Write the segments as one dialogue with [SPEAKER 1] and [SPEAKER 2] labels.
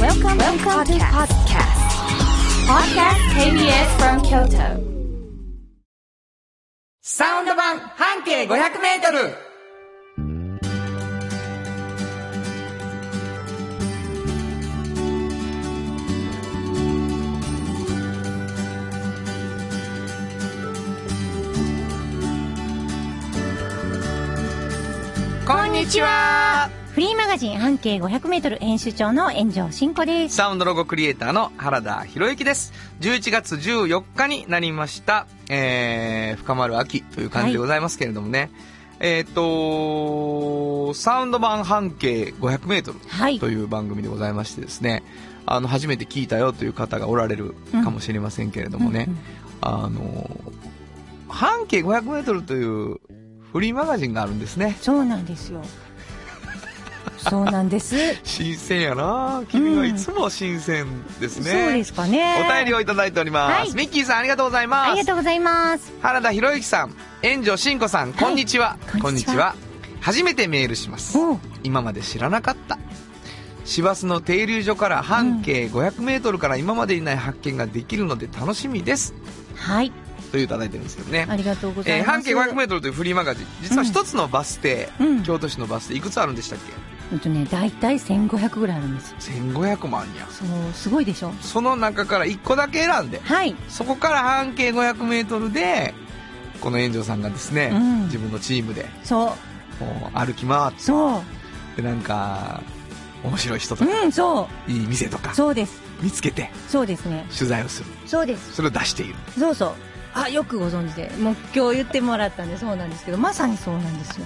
[SPEAKER 1] Welcome, Welcome to podcast. Podcast KBS from Kyoto.
[SPEAKER 2] サウンド版半径500メートルこんにちは
[SPEAKER 3] フリーマガジン半径 500m 編集長の炎上真子です。
[SPEAKER 2] サウンドロゴクリエイターの原田博之です。11月14日になりました。えー、深まる秋という感じでございますけれどもね。えーっ、とサウンド版半径500メートル
[SPEAKER 3] はい
[SPEAKER 2] という番組でございましてですね、あの、初めて聞いたよという方がおられるかもしれませんけれどもね、あのー半径500メートルというフリーマガジンがあるんですね。
[SPEAKER 3] そうなんですよ。そうなん です。
[SPEAKER 2] 新鮮やな君はいつも新鮮です
[SPEAKER 3] そう
[SPEAKER 2] ね。
[SPEAKER 3] ですかね。
[SPEAKER 2] お便りをいただいております、
[SPEAKER 3] はい
[SPEAKER 2] ミッキーさんありがとうございます
[SPEAKER 3] ありがとうございます。
[SPEAKER 2] 原田博之さん炎上真子さんこんにちは、
[SPEAKER 3] こんにちは
[SPEAKER 2] 初めてメールします
[SPEAKER 3] おう
[SPEAKER 2] 今まで知らなかった市バスの停留所から半径 500m から今までにない発見ができるので楽しみです
[SPEAKER 3] はい。
[SPEAKER 2] といういただいてるんですけど
[SPEAKER 3] あ
[SPEAKER 2] ね
[SPEAKER 3] りがとうござ
[SPEAKER 2] え
[SPEAKER 3] い
[SPEAKER 2] ー
[SPEAKER 3] ま
[SPEAKER 2] 半
[SPEAKER 3] す。
[SPEAKER 2] 径 500m というフリーマガジン実は一つのバス停、
[SPEAKER 3] うん
[SPEAKER 2] 京都市のバス停いくつあるんでしたっ
[SPEAKER 3] うんとね、だいたい1500ぐらいあるんですよ。
[SPEAKER 2] け1500もあんや
[SPEAKER 3] そう、すごいでしょ
[SPEAKER 2] その中から1個だけ選んで
[SPEAKER 3] はい。
[SPEAKER 2] そこから半径 500m でこの炎上さんがですね、
[SPEAKER 3] うん
[SPEAKER 2] 自分のチームで
[SPEAKER 3] そう、
[SPEAKER 2] もう歩き回っ
[SPEAKER 3] そ
[SPEAKER 2] てなんか面白い人
[SPEAKER 3] う、
[SPEAKER 2] とか、
[SPEAKER 3] うん、そ
[SPEAKER 2] いい店とか
[SPEAKER 3] う、そうです。
[SPEAKER 2] 見つけて
[SPEAKER 3] そうですね。
[SPEAKER 2] 取材をする
[SPEAKER 3] そうです。
[SPEAKER 2] それを出している
[SPEAKER 3] そうそう。あ、よくご存知で。もう今日言ってもらったんでそうなんですけど、まさにそうなんですよ。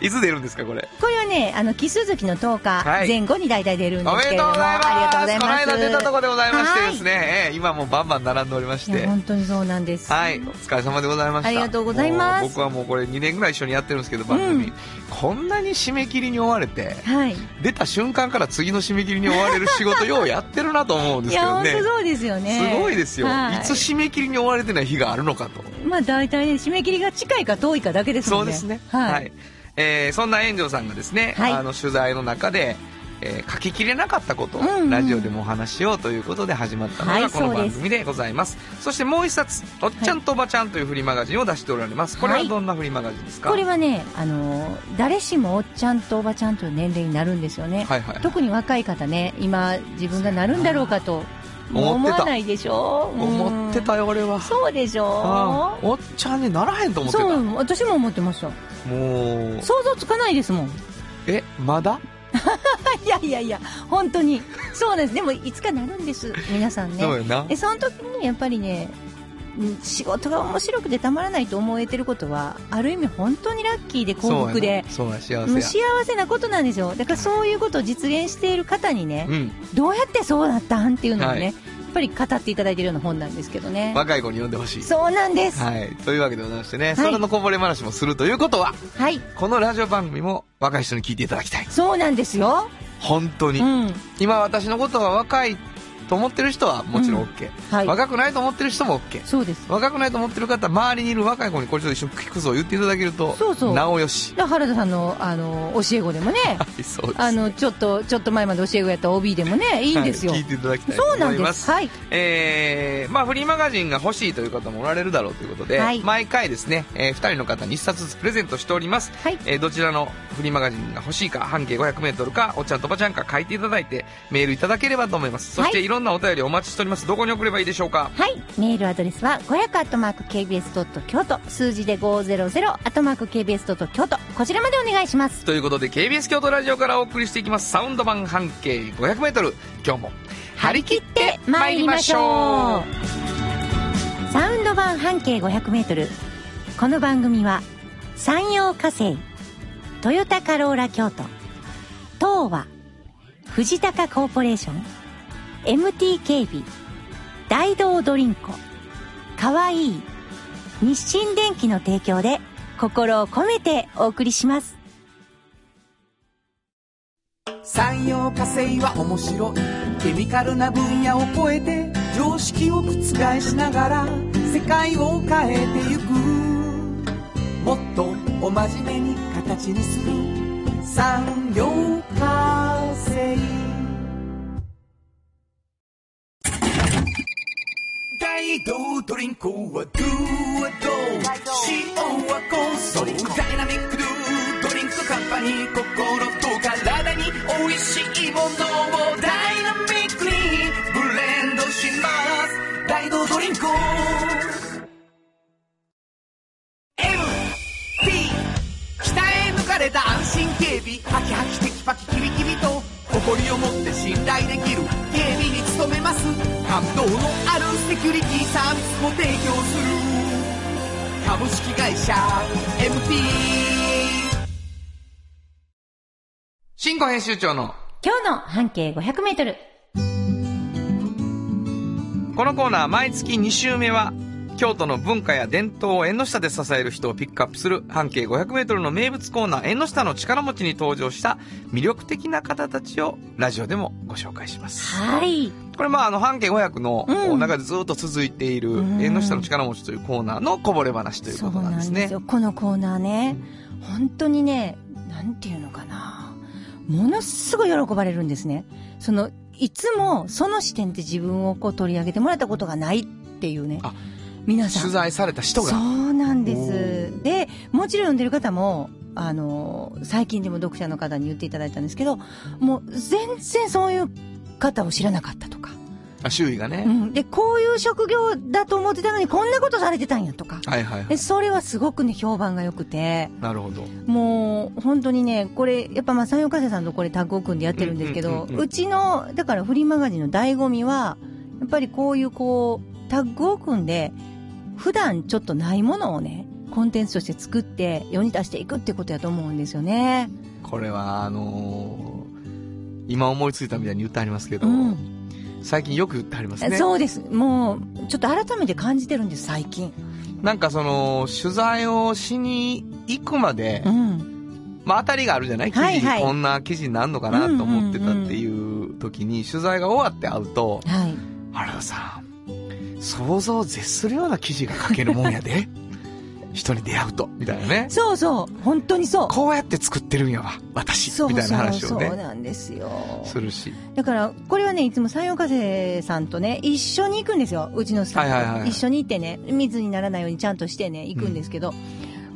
[SPEAKER 2] いつ出るんですかこれ
[SPEAKER 3] これはね、あの、奇数月の10日
[SPEAKER 2] はい
[SPEAKER 3] 前後に大体出るんで
[SPEAKER 2] お
[SPEAKER 3] すけ
[SPEAKER 2] めで
[SPEAKER 3] れ
[SPEAKER 2] と
[SPEAKER 3] ど
[SPEAKER 2] う
[SPEAKER 3] も、
[SPEAKER 2] ございます
[SPEAKER 3] ありがとうございます。
[SPEAKER 2] この間出たとこでございましてですね、ええ今もうバンバン並んでおりまし
[SPEAKER 3] はい。い
[SPEAKER 2] て
[SPEAKER 3] や、本当にそうなんです。
[SPEAKER 2] はい、お疲れ様でございました。
[SPEAKER 3] ありがとうございます
[SPEAKER 2] もう僕はもうこれ2年ぐらい一緒にやってるんですけど、番組。
[SPEAKER 3] うん
[SPEAKER 2] こんなに締め切りに追われて、
[SPEAKER 3] はい。
[SPEAKER 2] 出た瞬間から次の締め切りに追われる仕事、ようやってるなと思うんで
[SPEAKER 3] い
[SPEAKER 2] すけ
[SPEAKER 3] や、
[SPEAKER 2] ど
[SPEAKER 3] 本
[SPEAKER 2] ね。
[SPEAKER 3] 当そうですよね。
[SPEAKER 2] すごいですよ、、
[SPEAKER 3] はい
[SPEAKER 2] つ締め切りに追われてない日があるのかと、
[SPEAKER 3] まあ大体ね、締め切りが近いか遠いかだけです
[SPEAKER 2] そ
[SPEAKER 3] も
[SPEAKER 2] うん
[SPEAKER 3] ね。
[SPEAKER 2] ですね、はい
[SPEAKER 3] はい。
[SPEAKER 2] えーそんな炎上さんがですね、
[SPEAKER 3] はい
[SPEAKER 2] あの取材の中で、えー書ききれなかったことを
[SPEAKER 3] うんうん
[SPEAKER 2] ラジオでもお話しようということで始まったの
[SPEAKER 3] は
[SPEAKER 2] が
[SPEAKER 3] い
[SPEAKER 2] この
[SPEAKER 3] そう
[SPEAKER 2] 番
[SPEAKER 3] です
[SPEAKER 2] 組でございます、そしてもう一冊「おっちゃんとおばちゃん」というフリーマガジンを出しておられますこれは
[SPEAKER 3] はい
[SPEAKER 2] どんなフリーマガジンですか、
[SPEAKER 3] これはね、あの、誰しもおっちゃんとおばちゃんという年齢になるんですよね。
[SPEAKER 2] はいはい
[SPEAKER 3] 特に若い方ね、今自分がなるんだろうかと
[SPEAKER 2] 思って
[SPEAKER 3] 思
[SPEAKER 2] た
[SPEAKER 3] わないでしょ
[SPEAKER 2] 思って。
[SPEAKER 3] うん
[SPEAKER 2] たよ俺は
[SPEAKER 3] そうでし
[SPEAKER 2] あ
[SPEAKER 3] ょ
[SPEAKER 2] ーおっちゃんにならへんと思ってた
[SPEAKER 3] そう、私も思ってました。
[SPEAKER 2] もう
[SPEAKER 3] 想像つかないですも ん。
[SPEAKER 2] えまだ
[SPEAKER 3] いやいやいや、本当に。そうなんです。でも、いつかなるんです。皆さんね。
[SPEAKER 2] そうよな
[SPEAKER 3] で、その時に、やっぱりね、うん仕事が面白くてたまらないと思えてることは、ある意味本当にラッキーで幸福で、
[SPEAKER 2] そうやなそうや
[SPEAKER 3] もう
[SPEAKER 2] 幸せ
[SPEAKER 3] 幸せなことなんですよ。だからそういうことを実現している方にね
[SPEAKER 2] や、うん
[SPEAKER 3] どうやってそうだったんっていうのをね、
[SPEAKER 2] はい
[SPEAKER 3] やっぱり語っていただいてるような本なんですけどね。
[SPEAKER 2] 若い子に読んでほしい
[SPEAKER 3] そうなんです。は
[SPEAKER 2] はい。というわけでございましてね、それのこぼれ話もするということは、
[SPEAKER 3] い。
[SPEAKER 2] このラジオ番組も若い人に聞いていただきたい。
[SPEAKER 3] そうなんですよ。
[SPEAKER 2] 本当に。
[SPEAKER 3] うん。
[SPEAKER 2] 今私のことは若いと思ってる人はもちろん OK。
[SPEAKER 3] はい。
[SPEAKER 2] 若くないと思ってる人も OK。
[SPEAKER 3] そうです。
[SPEAKER 2] 若くないと思ってる方、周りにいる若い子にこれちょっと一緒に聞くぞ言っていただけると、
[SPEAKER 3] そうそう
[SPEAKER 2] なおよし。
[SPEAKER 3] だから原田さんの、あの、教え子でもね、
[SPEAKER 2] はい、そうです。
[SPEAKER 3] あの、ちょっと、ちょっと前まで教え子やった OB でもね、いいんですよ。
[SPEAKER 2] はい聞いていただきたいと
[SPEAKER 3] そうな
[SPEAKER 2] 思
[SPEAKER 3] ん
[SPEAKER 2] い
[SPEAKER 3] で
[SPEAKER 2] ます。
[SPEAKER 3] す。はい。
[SPEAKER 2] えー、まあフリーマガジンが欲しいという方もおられるだろうということで、
[SPEAKER 3] はい
[SPEAKER 2] 毎回ですね、え2人の方に1冊ずつプレゼントしております。
[SPEAKER 3] はい。
[SPEAKER 2] えーどちらのフリーマガジンが欲しいか、半径 500m か、おっちゃんとおばちゃんか書いていただいて、メールいただければと思います。そして、、
[SPEAKER 3] はい
[SPEAKER 2] ろんなお便りお待ちしております。どこに送ればいいでしょうか
[SPEAKER 3] はい。メールアドレスは、500 k b s k y o t 数字で500 k b s k y o t こちらまでお願いします。
[SPEAKER 2] ということで、KBS 京都ラジオからお送りしていきます。サウンド版半径 500m。今日も、張り切って参りましょう
[SPEAKER 3] サウンド版半径500メートル。この番組は、山陽火星、トヨタカローラ京都、東和、藤高コーポレーション、MT 警備、大道ドリンコ、かわいい、日清電機の提供で心を込めてお送りします。
[SPEAKER 4] 産業化成は面白いケミカルな分野を超えて常識を覆しながら世界を変えてゆくもっとお真面目に形にする産業化成大道ドリンクはドゥはド塩はコンソーダイナミックドゥドリンクカンパニー心と体に美味しいものをダイナミックにブレンドします大道ドリンク MT 鍛え抜かれた安心警備ハキハキテキパキキビキビと誇りを持って信頼できる警備に努めます感動のあるセキュリティサービスも提供する株式会社 MT
[SPEAKER 2] 新語編集長の
[SPEAKER 3] 今日の半径500メートル。
[SPEAKER 2] このコーナー毎月2週目は京都の文化や伝統を縁の下で支える人をピックアップする半径 500m の名物コーナー縁の下の力持ちに登場した魅力的な方たちをラジオでもご紹介します。
[SPEAKER 3] はい。
[SPEAKER 2] これまああの半径500の
[SPEAKER 3] うん
[SPEAKER 2] こう中でずっと続いている
[SPEAKER 3] うん
[SPEAKER 2] 縁の下の力持ちというコーナーのこぼれ話という
[SPEAKER 3] そ
[SPEAKER 2] こ
[SPEAKER 3] う
[SPEAKER 2] と
[SPEAKER 3] な
[SPEAKER 2] な
[SPEAKER 3] んん
[SPEAKER 2] で
[SPEAKER 3] ですす
[SPEAKER 2] ね。
[SPEAKER 3] よ。このコーナーね、本当にね、なんていうのかな。ものすごい喜ばれるんですね。その、いつもその視点で自分をこう取り上げてもらったことがないっていうね
[SPEAKER 2] あ。
[SPEAKER 3] 皆さん。
[SPEAKER 2] 取材された人
[SPEAKER 3] そ
[SPEAKER 2] が。
[SPEAKER 3] うなんで
[SPEAKER 2] おー
[SPEAKER 3] す。で、もちろん読んでる方も、あの、最近でも読者の方に言っていただいたんですけど、もう全然そういう方を知らなかったとか。
[SPEAKER 2] あ周囲が
[SPEAKER 3] う
[SPEAKER 2] ね。
[SPEAKER 3] ん。で、こういう職業だと思ってたのにこんなことされてたんやとか。
[SPEAKER 2] はいはいは
[SPEAKER 3] で
[SPEAKER 2] い。
[SPEAKER 3] それはすごくね、評判が良くて、
[SPEAKER 2] なるほど。
[SPEAKER 3] もう本当にね、これ、やっぱまあ、三洋風さんとこれタッグを組んでやってるんですけ
[SPEAKER 2] うんうん
[SPEAKER 3] ど
[SPEAKER 2] う、んうん
[SPEAKER 3] うちの、だからフリーマガジンの醍醐味は、やっぱりこういうこう、タッグを組んで、普段ちょっとないものをね、コンテンツとして作って世に出していくってことやと思うんですよね。
[SPEAKER 2] これはあのー今思いついたみたいに言ってありますけど、
[SPEAKER 3] うん。
[SPEAKER 2] 最近よく言ってありますね。
[SPEAKER 3] そうです。もう、ちょっと改めて感じてるんです、最近。
[SPEAKER 2] なんかその、取材をしに行くまで、
[SPEAKER 3] うん。
[SPEAKER 2] まあ当たりがあるじゃない記事に、
[SPEAKER 3] はいはい
[SPEAKER 2] こんな記事になるのかなと思ってたっていう時に、取材が終わって会うと、
[SPEAKER 3] はい。
[SPEAKER 2] 原田さん、想像を絶するような記事が書けるもんや で。人に出会うと、みたいなね。
[SPEAKER 3] そうそう。本当にそう。
[SPEAKER 2] こうやって作ってるんやわ、私、
[SPEAKER 3] そう
[SPEAKER 2] み
[SPEAKER 3] そう
[SPEAKER 2] たいな話
[SPEAKER 3] そ
[SPEAKER 2] を
[SPEAKER 3] う
[SPEAKER 2] ね、
[SPEAKER 3] なんですよ。
[SPEAKER 2] するし。
[SPEAKER 3] だから、これはね、いつも三洋風さんとね、一緒に行くんですよ。うちのスタッフ、
[SPEAKER 2] はいはいはい
[SPEAKER 3] 一緒に行ってね、密にならないようにちゃんとしてね、行くんですけど、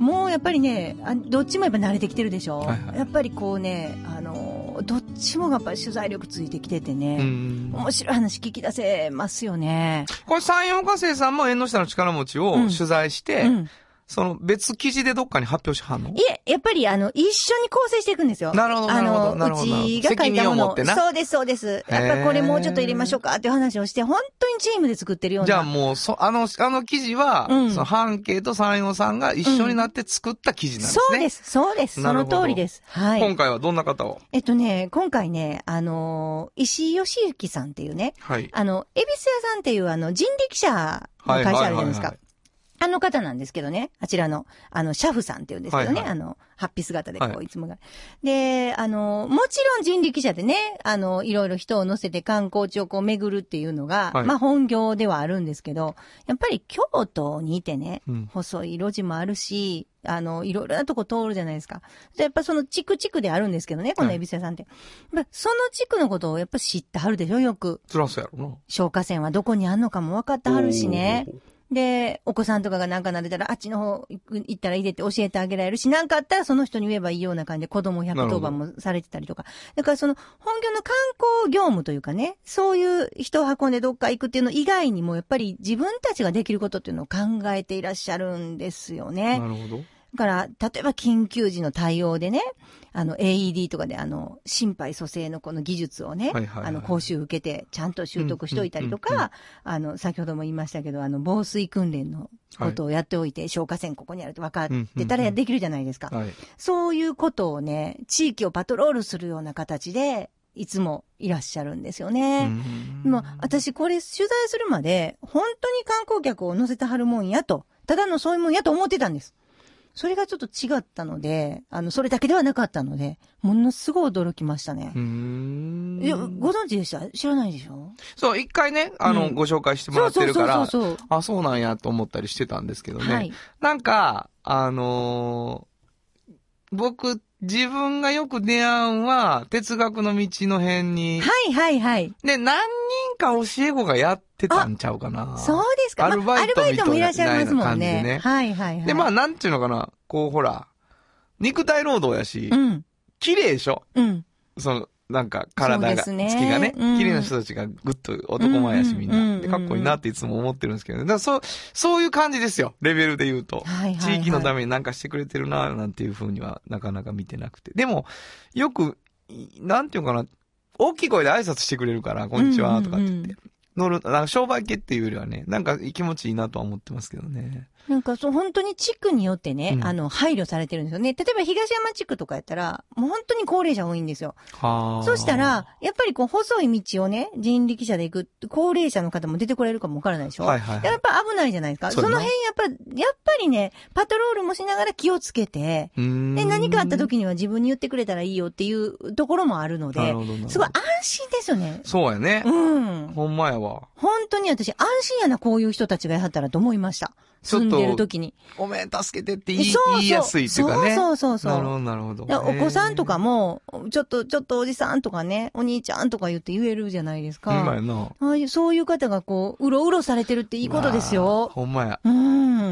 [SPEAKER 3] もうやっぱりね、あどっちもやっぱ慣れてきてるでしょ、
[SPEAKER 2] はいはい
[SPEAKER 3] やっぱりこうね、あの、どっちもがやっぱり取材力ついてきてて
[SPEAKER 2] う
[SPEAKER 3] ね、
[SPEAKER 2] ん。
[SPEAKER 3] 面白い話聞き出せますよね。
[SPEAKER 2] これ、三四火星さんも縁の下の力持ちを
[SPEAKER 3] うん
[SPEAKER 2] 取材して、
[SPEAKER 3] うん。
[SPEAKER 2] その別記事でどっかに発表しはんの
[SPEAKER 3] いえ、やっぱりあの、一緒に構成していくんですよ。
[SPEAKER 2] なるほどなるほど
[SPEAKER 3] あ
[SPEAKER 2] なる
[SPEAKER 3] の、
[SPEAKER 2] ほ
[SPEAKER 3] う
[SPEAKER 2] ど
[SPEAKER 3] ちが書いたも
[SPEAKER 2] 責任を持
[SPEAKER 3] の
[SPEAKER 2] ってな
[SPEAKER 3] そうです、そうです。やっぱりこれもうちょっと入れましょうかっていう話をして、本当にチームで作ってるような。
[SPEAKER 2] じゃあもう、そ、あの、あの記事は、
[SPEAKER 3] うん
[SPEAKER 2] その半径と三四さんが一緒になって作った記事なんですね。
[SPEAKER 3] そうです、そうです。
[SPEAKER 2] な
[SPEAKER 3] そ
[SPEAKER 2] る
[SPEAKER 3] の
[SPEAKER 2] ほど
[SPEAKER 3] 通りです。は
[SPEAKER 2] 今
[SPEAKER 3] い。
[SPEAKER 2] 回はどんな方を
[SPEAKER 3] えっとね、今回ね、あのー石井義之さんっていうね、
[SPEAKER 2] はい。
[SPEAKER 3] あの、恵比寿屋さんっていうあの、人力車の会社あるじゃないです
[SPEAKER 2] はいはいはいは
[SPEAKER 3] か
[SPEAKER 2] い。
[SPEAKER 3] あの方なんですけどね、あちらの、あの、シャフさんっていうんですけどね、
[SPEAKER 2] はいはい
[SPEAKER 3] あの、ハッピー姿でこ
[SPEAKER 2] は
[SPEAKER 3] う、いつもが。で、あの、もちろん人力車でね、あの、いろいろ人を乗せて観光地をこう巡るっていうのが、
[SPEAKER 2] はい
[SPEAKER 3] まあ本業ではあるんですけど、やっぱり京都にいてね、
[SPEAKER 2] うん
[SPEAKER 3] 細い路地もあるし、あの、いろいろなとこ通るじゃないですか。で、やっぱその地区地区であるんですけどね、この
[SPEAKER 2] は
[SPEAKER 3] 恵
[SPEAKER 2] い
[SPEAKER 3] 比寿屋さんって。やっぱその地区のことをやっぱ知ってはるでしょ、よく。
[SPEAKER 2] そらそうやろ
[SPEAKER 3] 消火栓はどこにあんのかも分かって
[SPEAKER 2] な。
[SPEAKER 3] はるしね。で、お子さんとかがなんか慣れたら、あっちの方行く行ったらいいでって教えてあげられるし、なんかあったらその人に言えばいいような感じで子供110番もされてたりとか。だからその本業の観光業務というかね、そういう人を運んでどっか行くっていうの以外にも、やっぱり自分たちができることっていうのを考えていらっしゃるんですよ
[SPEAKER 2] な
[SPEAKER 3] ね。
[SPEAKER 2] るほど。
[SPEAKER 3] だから、例えば緊急時の対応でね、あの AED とかであの、心肺蘇生のこの技術をね、
[SPEAKER 2] はいはいはい
[SPEAKER 3] あの、講習受けて、ちゃんと習得しといたりと
[SPEAKER 2] うんうんうん
[SPEAKER 3] か、あの、先ほども言いましたけど、あの、防水訓練のことをやっておいて、消火栓ここにあるって分かってた
[SPEAKER 2] うんうんう
[SPEAKER 3] ら
[SPEAKER 2] ん
[SPEAKER 3] できるじゃないですか。
[SPEAKER 2] はい。
[SPEAKER 3] そういうことをね、地域をパトロールするような形で、いつもいらっしゃるんですよね。
[SPEAKER 2] うん
[SPEAKER 3] もう、私これ取材するまで、本当に観光客を乗せてはるもんやと、ただのそういうもんやと思ってたんです。それがちょっと違ったので、あの、それだけではなかったので、ものすごい驚きましたね
[SPEAKER 2] う。ん
[SPEAKER 3] いや、ご存知でした知らないでしょ
[SPEAKER 2] そう、一回ね、あの、
[SPEAKER 3] うん
[SPEAKER 2] ご紹介しても
[SPEAKER 3] そ
[SPEAKER 2] ら
[SPEAKER 3] う
[SPEAKER 2] って
[SPEAKER 3] そう
[SPEAKER 2] る
[SPEAKER 3] そ
[SPEAKER 2] か
[SPEAKER 3] うそ
[SPEAKER 2] ら、
[SPEAKER 3] うそう。
[SPEAKER 2] あ、そうなんやと思ったりしてたんですけどね。
[SPEAKER 3] はい。
[SPEAKER 2] なんか、あのー僕、自分がよく出会うんは、哲学の道の辺に、
[SPEAKER 3] はいはいはい。
[SPEAKER 2] で、何人か教え子がやっってたんちゃうかな。
[SPEAKER 3] そうですか。まあ
[SPEAKER 2] アルバイト
[SPEAKER 3] アルバイトもいらっ
[SPEAKER 2] み
[SPEAKER 3] しゃ
[SPEAKER 2] た
[SPEAKER 3] い
[SPEAKER 2] い
[SPEAKER 3] ます
[SPEAKER 2] な
[SPEAKER 3] もん
[SPEAKER 2] 感じ
[SPEAKER 3] ね。
[SPEAKER 2] でね。
[SPEAKER 3] はいはいはい。
[SPEAKER 2] で、まあ、なんちゅうのかな。こう、ほら、肉体労働やし
[SPEAKER 3] う、ん、
[SPEAKER 2] 綺麗でしょ
[SPEAKER 3] うん。
[SPEAKER 2] その、なんか、体が、
[SPEAKER 3] そ
[SPEAKER 2] 月
[SPEAKER 3] うですね
[SPEAKER 2] がね、
[SPEAKER 3] うん
[SPEAKER 2] 綺麗な人たちがぐっと男前やし、みん
[SPEAKER 3] うんうんうんう
[SPEAKER 2] な。
[SPEAKER 3] ん
[SPEAKER 2] で、かっこいいなっていつも思ってるんですけどね。だからそう、そういう感じですよ。レベルで言うと。
[SPEAKER 3] はいはいはい
[SPEAKER 2] 地域のためになんかしてくれてるな、なんていうふうには、なかなか見てなくて。でも、よく、いなんていうのかな、大きい声で挨拶してくれるから、こんにちは、とかって言って。乗る、なんか商売系っていうよりはね、なんか気持ちいいなとは思ってますけどね。
[SPEAKER 3] なんかそう、本当に地区によってね、
[SPEAKER 2] うん
[SPEAKER 3] あの、配慮されてるんですよね。例えば東山地区とかやったら、もう本当に高齢者多いんですよ。
[SPEAKER 2] はあ。
[SPEAKER 3] そうした、ら、やっぱりこう、細い道をね、人力車で行く、高齢者の方も出てこれるかもわからないでしょ
[SPEAKER 2] はいはいは い
[SPEAKER 3] やっぱ危ないじゃないですか。そ
[SPEAKER 2] そうや
[SPEAKER 3] の
[SPEAKER 2] な
[SPEAKER 3] 辺やっぱ、やっぱりね、パトロールもしながら気をつけて、
[SPEAKER 2] うーん
[SPEAKER 3] で、何かあった時には自分に言ってくれたらいいよっていうところもあるの
[SPEAKER 2] な
[SPEAKER 3] で
[SPEAKER 2] るほどなるほ、ど
[SPEAKER 3] すごい安心ですよね。
[SPEAKER 2] そうやね
[SPEAKER 3] う。ん。
[SPEAKER 2] ほんまやわ。
[SPEAKER 3] 本当に私、安心やな、こういう人たちがやはったらと思いました。
[SPEAKER 2] ちょっ
[SPEAKER 3] 住
[SPEAKER 2] と
[SPEAKER 3] んでる時に。
[SPEAKER 2] ごめん、助けてって言い
[SPEAKER 3] そうそう
[SPEAKER 2] 言いやすいっていうかね。
[SPEAKER 3] そうそうそうそう
[SPEAKER 2] なるほど、なるほど
[SPEAKER 3] だ。からお子さんとか
[SPEAKER 2] も。
[SPEAKER 3] も、ちょっと、ちょっとおじさんとかね、お兄ちゃんとか言って言えるじゃないです
[SPEAKER 2] ほんまや
[SPEAKER 3] か。
[SPEAKER 2] な。
[SPEAKER 3] ああいうそういう方がこう、うろうろされてるっていいことです
[SPEAKER 2] うわー
[SPEAKER 3] よ。
[SPEAKER 2] ほんまや。
[SPEAKER 3] う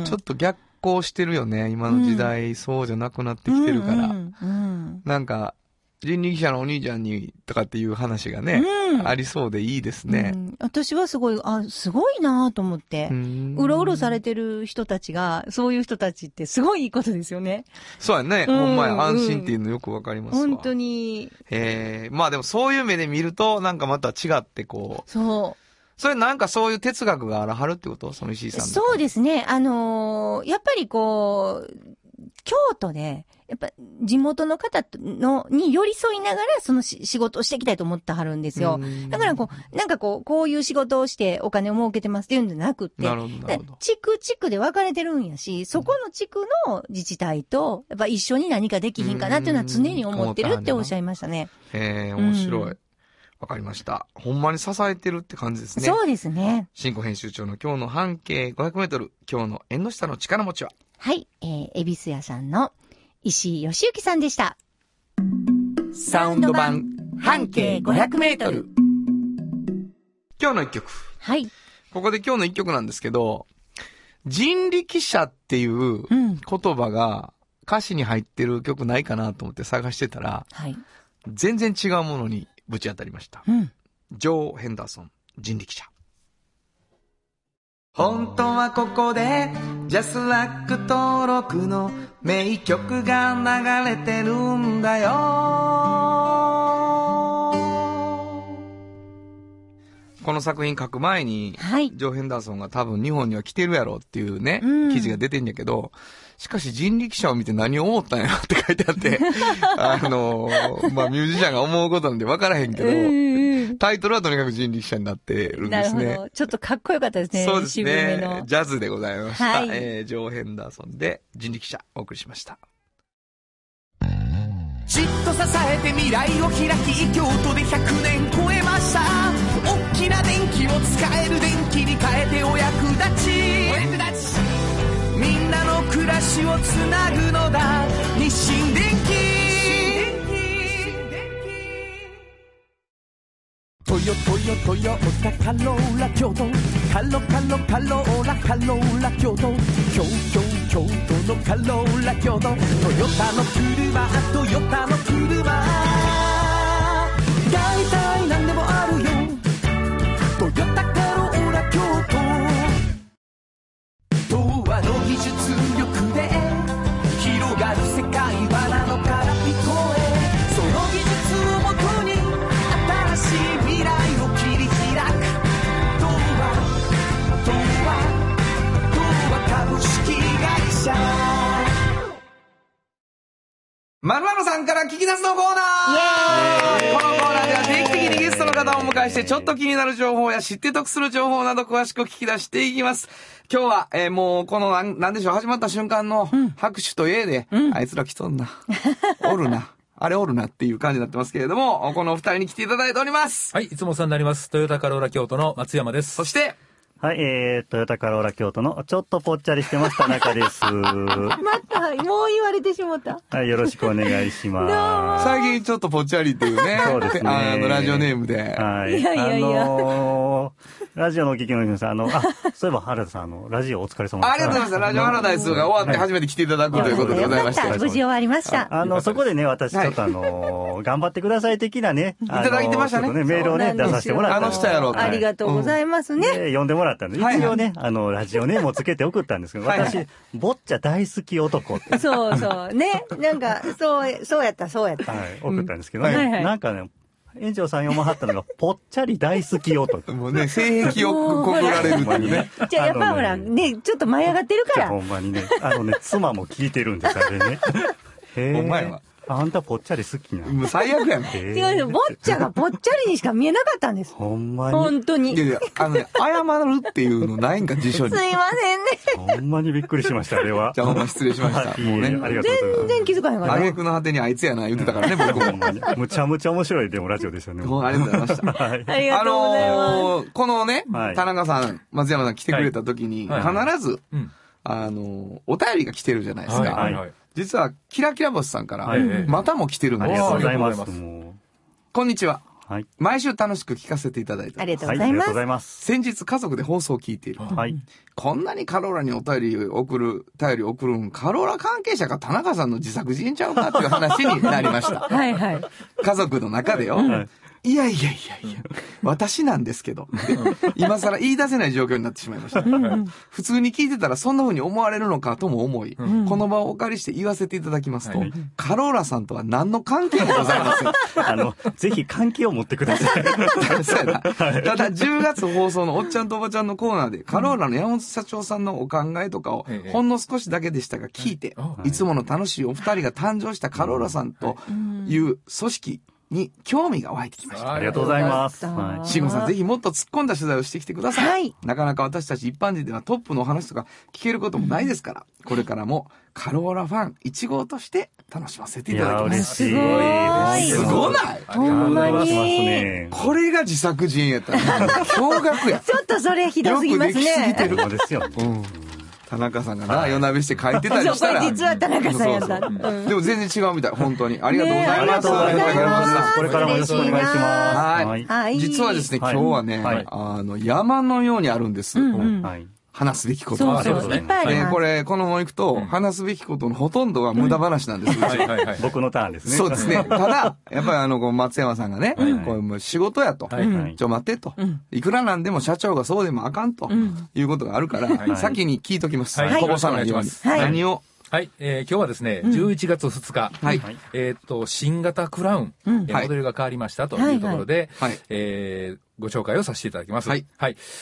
[SPEAKER 3] ん。
[SPEAKER 2] ちょっと逆行してるよね。今の時代、そうじゃなくなってきてるか
[SPEAKER 3] う
[SPEAKER 2] ら。
[SPEAKER 3] んうん
[SPEAKER 2] なんか、人力車のお兄ちゃんにとかっていう話が
[SPEAKER 3] う
[SPEAKER 2] ね、
[SPEAKER 3] ん。うん
[SPEAKER 2] ありそうでいいですね
[SPEAKER 3] う。ん私はすごい、あ、すごいなと思って。うろうろされてる人たちが、そういう人たちってすごいいいことですよね。
[SPEAKER 2] そうやね。
[SPEAKER 3] うん
[SPEAKER 2] ほんまや。安心っていうのよくわかりますわ。
[SPEAKER 3] 本当に。
[SPEAKER 2] ええまあでもそういう目で見ると、なんかまた違ってこう、
[SPEAKER 3] そう。
[SPEAKER 2] それなんかそういう哲学があらはるってことその石井さんの。
[SPEAKER 3] そうですね。あのーやっぱりこう、京都で、やっぱ地元の方のに寄り添いながらそのし仕事をしていきたいと思ってはるんですよ
[SPEAKER 2] う。ん
[SPEAKER 3] だからこう、なんかこう、こういう仕事をしてお金を儲けてますっていうんじゃなくて、
[SPEAKER 2] なるほど、なるほど。
[SPEAKER 3] 地区地区で分かれてるんやし、そこの地区の自治体と、やっぱ一緒に何かできひんかなっていうのは常に思ってるっておっしゃいましたね。
[SPEAKER 2] ええ
[SPEAKER 3] うん
[SPEAKER 2] 面白い。わ、かりました。ほんまに支えてるって感じですね。
[SPEAKER 3] そうですね。
[SPEAKER 2] 新庫編集長の今日の半径500メートル、今日の縁の下の力持ちは、
[SPEAKER 3] はい。えー、恵比寿屋さんの石井義之さんでした。
[SPEAKER 2] サ
[SPEAKER 3] ウンド版半径500メートル。
[SPEAKER 2] 今日の一曲。
[SPEAKER 3] はい。
[SPEAKER 2] ここで今日の一曲なんですけど、人力車っていう
[SPEAKER 3] うん。
[SPEAKER 2] 言葉が歌詞に入ってる曲ないかなと思って探してたら、
[SPEAKER 3] はい。
[SPEAKER 2] 全然違うものにぶち当たりました。
[SPEAKER 3] うん。
[SPEAKER 2] ジョー・ヘンダーソン、人力車。本当はここで、ジャスラック登録の名曲が流れてるんだよ。この作品書く前に、
[SPEAKER 3] はい。
[SPEAKER 2] ジョー・ヘンダーソンが多分日本には来てるやろっていうね、
[SPEAKER 3] うん
[SPEAKER 2] 記事が出てんやけど、しかし人力車を見て何を思ったんやろって書いて あって、あのーまあ、ミュージシャンが思うことなんで分からへんけど、
[SPEAKER 3] うん
[SPEAKER 2] タイトルはとにかく人力車になってるん
[SPEAKER 3] な
[SPEAKER 2] で
[SPEAKER 3] る
[SPEAKER 2] す
[SPEAKER 3] ほ
[SPEAKER 2] ね。
[SPEAKER 3] ど。ちょっとかっこよかったですね。
[SPEAKER 2] そうです
[SPEAKER 3] 渋め
[SPEAKER 2] ね
[SPEAKER 3] の。。
[SPEAKER 2] ジャズでございました。
[SPEAKER 3] はい
[SPEAKER 2] えー、ジョー・ヘンダーソンで人力車お送りしました。
[SPEAKER 4] じっと支えて未来を開き京都で100年超えました大きな電気を使える電気に変えてお役立ちお役立ちみんなの暮らしをつなぐのだ日清電気トヨトヨトヨタカローラ京都カロカロカローラカローラ京都京京京都のカローラ京都トヨタの車トヨタの車大体何でもあるよトヨタカローラ京都童話の技術力で広がる世界はなのから聞こえその技術をもとに新しい未来を切り開く童話童話童話株式会社
[SPEAKER 2] まるまるさんから聞き出すのコーナーこのコーナーでは定期的にゲストの方をお迎えして、ちょっと気になる情報や知って得する情報など詳しく聞き出していきます。今日は、えーもう、この、なんなんでしょう、始まった瞬間の拍手と A で、あいつら来とんな。 おるな。あれおるなっていう感じになってますけれども、このお二人に来ていただいております。
[SPEAKER 5] はい、いつもお世話になります。トヨタカローラ京都の松山です。
[SPEAKER 2] そして、
[SPEAKER 6] はい、えー、トヨタカローラ京都のちょっとぽっちゃりしてま す田中です。は
[SPEAKER 3] また、もう言われてしもた。
[SPEAKER 6] い、よろしくお願いします。
[SPEAKER 2] 最近ちょっとぽっちゃりっていうね、
[SPEAKER 6] そうですね
[SPEAKER 2] あの、ラジオネームで。
[SPEAKER 6] はいい、
[SPEAKER 3] やいやいや
[SPEAKER 6] あのラジオのお聞きの皆さん、あの、あ、そういえば原田さん、あの、ラジオお疲れ様でした。
[SPEAKER 2] ありがとうございます。ラジオハラダイスが終わって初めて来ていただくということでございまし
[SPEAKER 3] よかった
[SPEAKER 2] て。
[SPEAKER 3] 無事終わりました。
[SPEAKER 6] あの、そこでね、私、ちょっとあの、頑張ってください的なね、い
[SPEAKER 2] ただいてましたね
[SPEAKER 6] メールをね、
[SPEAKER 3] そう
[SPEAKER 6] 出
[SPEAKER 3] なんですよ
[SPEAKER 6] させてもらったんです
[SPEAKER 2] あの人やろうと
[SPEAKER 3] ありがとうございますね。
[SPEAKER 6] で、呼んでもらったんで、
[SPEAKER 2] はい
[SPEAKER 6] 一応ね、あの、ラジオネームをつけて送ったんですけど、
[SPEAKER 2] はいはい
[SPEAKER 6] 私、ボッチャ大好き男って、
[SPEAKER 3] そうそう。ね。なんか、そう、そうやった、そうやった。
[SPEAKER 6] はい、送ったんですけど
[SPEAKER 2] うん
[SPEAKER 3] はいはい
[SPEAKER 6] ね、なんかね、園長さん読まはったのが、ぽっちゃり大好き男。
[SPEAKER 2] もうね、性癖をこぶられるっていうね。
[SPEAKER 3] じゃあ、やっぱほ
[SPEAKER 6] あ
[SPEAKER 3] ら、
[SPEAKER 6] の
[SPEAKER 3] ね、ちょっと舞い上がってるか
[SPEAKER 6] じゃ
[SPEAKER 3] ら
[SPEAKER 6] あほ。んまにね、あのね、妻も聞いてるんです、あれね。へ
[SPEAKER 2] お前は。
[SPEAKER 6] あんたぽっちゃり好きなん。へ
[SPEAKER 2] もう最悪やね。
[SPEAKER 6] え
[SPEAKER 3] 違うよ、ぼっちゃがぽっちゃりにしか見えなかったんです。
[SPEAKER 6] ほんまに、
[SPEAKER 3] 本当に。
[SPEAKER 2] い
[SPEAKER 3] す
[SPEAKER 2] や
[SPEAKER 3] い
[SPEAKER 2] いや、あのね、謝るっていうのないんか、辞書に。
[SPEAKER 3] ませんね。
[SPEAKER 6] ほんまにびっくりしました、あれは
[SPEAKER 2] じゃ。あほんま失礼しました。
[SPEAKER 6] はい
[SPEAKER 2] もう
[SPEAKER 6] いえい
[SPEAKER 2] ね
[SPEAKER 6] えあり。がとうございます。
[SPEAKER 3] 全然気づかへんか
[SPEAKER 2] あ
[SPEAKER 3] ら
[SPEAKER 2] げ
[SPEAKER 3] な。
[SPEAKER 2] くの果てにあいつやな、言ってたからね、僕
[SPEAKER 6] ほん
[SPEAKER 2] も。
[SPEAKER 6] まにむちゃむちゃ面白いでもラジオでしたね。
[SPEAKER 2] もうありがとうございました。
[SPEAKER 6] はい。
[SPEAKER 3] ありがとうございます。
[SPEAKER 2] あのーこのね、
[SPEAKER 6] はい
[SPEAKER 2] 田中さん、松山さん来てくれた時に、
[SPEAKER 5] はい
[SPEAKER 2] 必
[SPEAKER 5] は
[SPEAKER 2] ず、
[SPEAKER 5] うん。
[SPEAKER 2] あのーお便りが来てるじゃないですか。
[SPEAKER 5] はいはいはい。
[SPEAKER 2] 実は、キラキラ星さんから、
[SPEAKER 6] はい
[SPEAKER 2] またも来てるん
[SPEAKER 6] あ
[SPEAKER 2] で
[SPEAKER 6] り
[SPEAKER 2] す
[SPEAKER 6] がとうござい
[SPEAKER 5] あり
[SPEAKER 6] ま
[SPEAKER 5] がと
[SPEAKER 6] す。
[SPEAKER 5] うございます
[SPEAKER 6] も
[SPEAKER 2] こんにちは。
[SPEAKER 6] う。はい。
[SPEAKER 2] 毎週楽しく聞かせていただいてお
[SPEAKER 3] あ
[SPEAKER 2] り
[SPEAKER 3] り
[SPEAKER 2] ます。
[SPEAKER 3] がとう
[SPEAKER 6] は
[SPEAKER 3] ご
[SPEAKER 6] い、
[SPEAKER 3] ざ
[SPEAKER 6] あ
[SPEAKER 3] います
[SPEAKER 6] りがとうご。ざいます。
[SPEAKER 2] 先日家族で放送を聞いている。
[SPEAKER 6] はい。
[SPEAKER 2] こんなにカローラにお便りを送る、便りを送るん、カローラ関係者か田中さんの自作自演ちゃうかっていう話になりました。
[SPEAKER 3] はいはい。
[SPEAKER 2] 家族の中でよ。いやいやいやいや、私なんですけど、今更言い出せない状況になってしまいました。普通に聞いてたらそんな風に思われるのかとも思い、この場をお借りして言わせていただきますと、
[SPEAKER 5] はい
[SPEAKER 2] カローラさんとは何の関係もございません。
[SPEAKER 6] あの、ぜひ関係を持ってください。
[SPEAKER 2] そうやな。ただ、10月放送のおっちゃんとおばちゃんのコーナーで、カローラの山本社長さんのお考えとかを
[SPEAKER 5] え、え
[SPEAKER 2] ほんの少しだけでしたが聞いて
[SPEAKER 5] は、
[SPEAKER 2] いつもの楽しいお二人が誕生したカローラさんという組織に興味が湧いてきました。
[SPEAKER 6] あ
[SPEAKER 5] あ
[SPEAKER 6] りがとうございます。
[SPEAKER 3] よかった
[SPEAKER 6] はい
[SPEAKER 2] 慎吾さん、ぜひもっと突っ込んだ取材をしてきてください。
[SPEAKER 3] はい
[SPEAKER 2] なかなか私たち一般人ではトップのお話とか聞けることもないですから、これからもカローラファン一号として楽しませてい
[SPEAKER 6] い
[SPEAKER 2] ただ
[SPEAKER 6] や、
[SPEAKER 2] きます。
[SPEAKER 6] 嬉しい。
[SPEAKER 3] すごーい
[SPEAKER 2] すごない
[SPEAKER 5] ありがとう
[SPEAKER 3] ほんま
[SPEAKER 6] ありがとうございます
[SPEAKER 3] に。
[SPEAKER 6] ね。
[SPEAKER 2] これが自作自演やったら、驚愕や。
[SPEAKER 3] ちょっとそれひどすぎます
[SPEAKER 2] よくできすぎて
[SPEAKER 3] ね。
[SPEAKER 2] る
[SPEAKER 6] ほんまですよね。
[SPEAKER 2] 田中さんがな、夜なべして書いてたり
[SPEAKER 3] そう、
[SPEAKER 2] し
[SPEAKER 3] こ
[SPEAKER 2] た
[SPEAKER 3] れ
[SPEAKER 2] ら。
[SPEAKER 3] 実は田中さんやった。
[SPEAKER 2] そううそうんでも全然違うみたい、本当に。ありがとうござ
[SPEAKER 3] あ
[SPEAKER 2] い
[SPEAKER 3] り
[SPEAKER 2] ま
[SPEAKER 3] が
[SPEAKER 2] す。
[SPEAKER 3] とうございます
[SPEAKER 2] ありがとうございま
[SPEAKER 6] これからもよろしくお願いします。
[SPEAKER 2] はい
[SPEAKER 3] はい。
[SPEAKER 2] 実はですね、今
[SPEAKER 6] はい
[SPEAKER 2] 日はね、
[SPEAKER 6] はい
[SPEAKER 2] あの、山のようにあるんです。
[SPEAKER 3] うん
[SPEAKER 6] はい。
[SPEAKER 2] 話すべきこと
[SPEAKER 3] そ
[SPEAKER 2] が
[SPEAKER 3] う
[SPEAKER 2] ある
[SPEAKER 3] そ
[SPEAKER 2] んで
[SPEAKER 3] う、い
[SPEAKER 2] すね
[SPEAKER 3] っぱいあり
[SPEAKER 2] ね
[SPEAKER 3] ま
[SPEAKER 2] こ
[SPEAKER 3] す。
[SPEAKER 2] れ、このまま行くと、話すべきことのほとんどは無駄話なんです。うち
[SPEAKER 5] はいはいはい。
[SPEAKER 6] 僕のターンですね。
[SPEAKER 2] そうですね。ただ、やっぱりあの、こう松山さんがね、これもう仕事やと。
[SPEAKER 5] はい
[SPEAKER 6] はい
[SPEAKER 2] ちょ、待ってと。いくらなんでも社長がそうでもあかんということがあるから、
[SPEAKER 6] い
[SPEAKER 2] 先に聞いときます。
[SPEAKER 5] はい
[SPEAKER 2] こぼさないように。
[SPEAKER 3] はい
[SPEAKER 2] 何を。
[SPEAKER 5] はい、えー今日はですね、11月2日、
[SPEAKER 2] はい
[SPEAKER 5] えーっと、新型クラウン、えー
[SPEAKER 2] はい
[SPEAKER 5] モデルが変わりましたというところで、
[SPEAKER 2] はいはい
[SPEAKER 5] えーご紹介をさせていただきます。
[SPEAKER 2] はい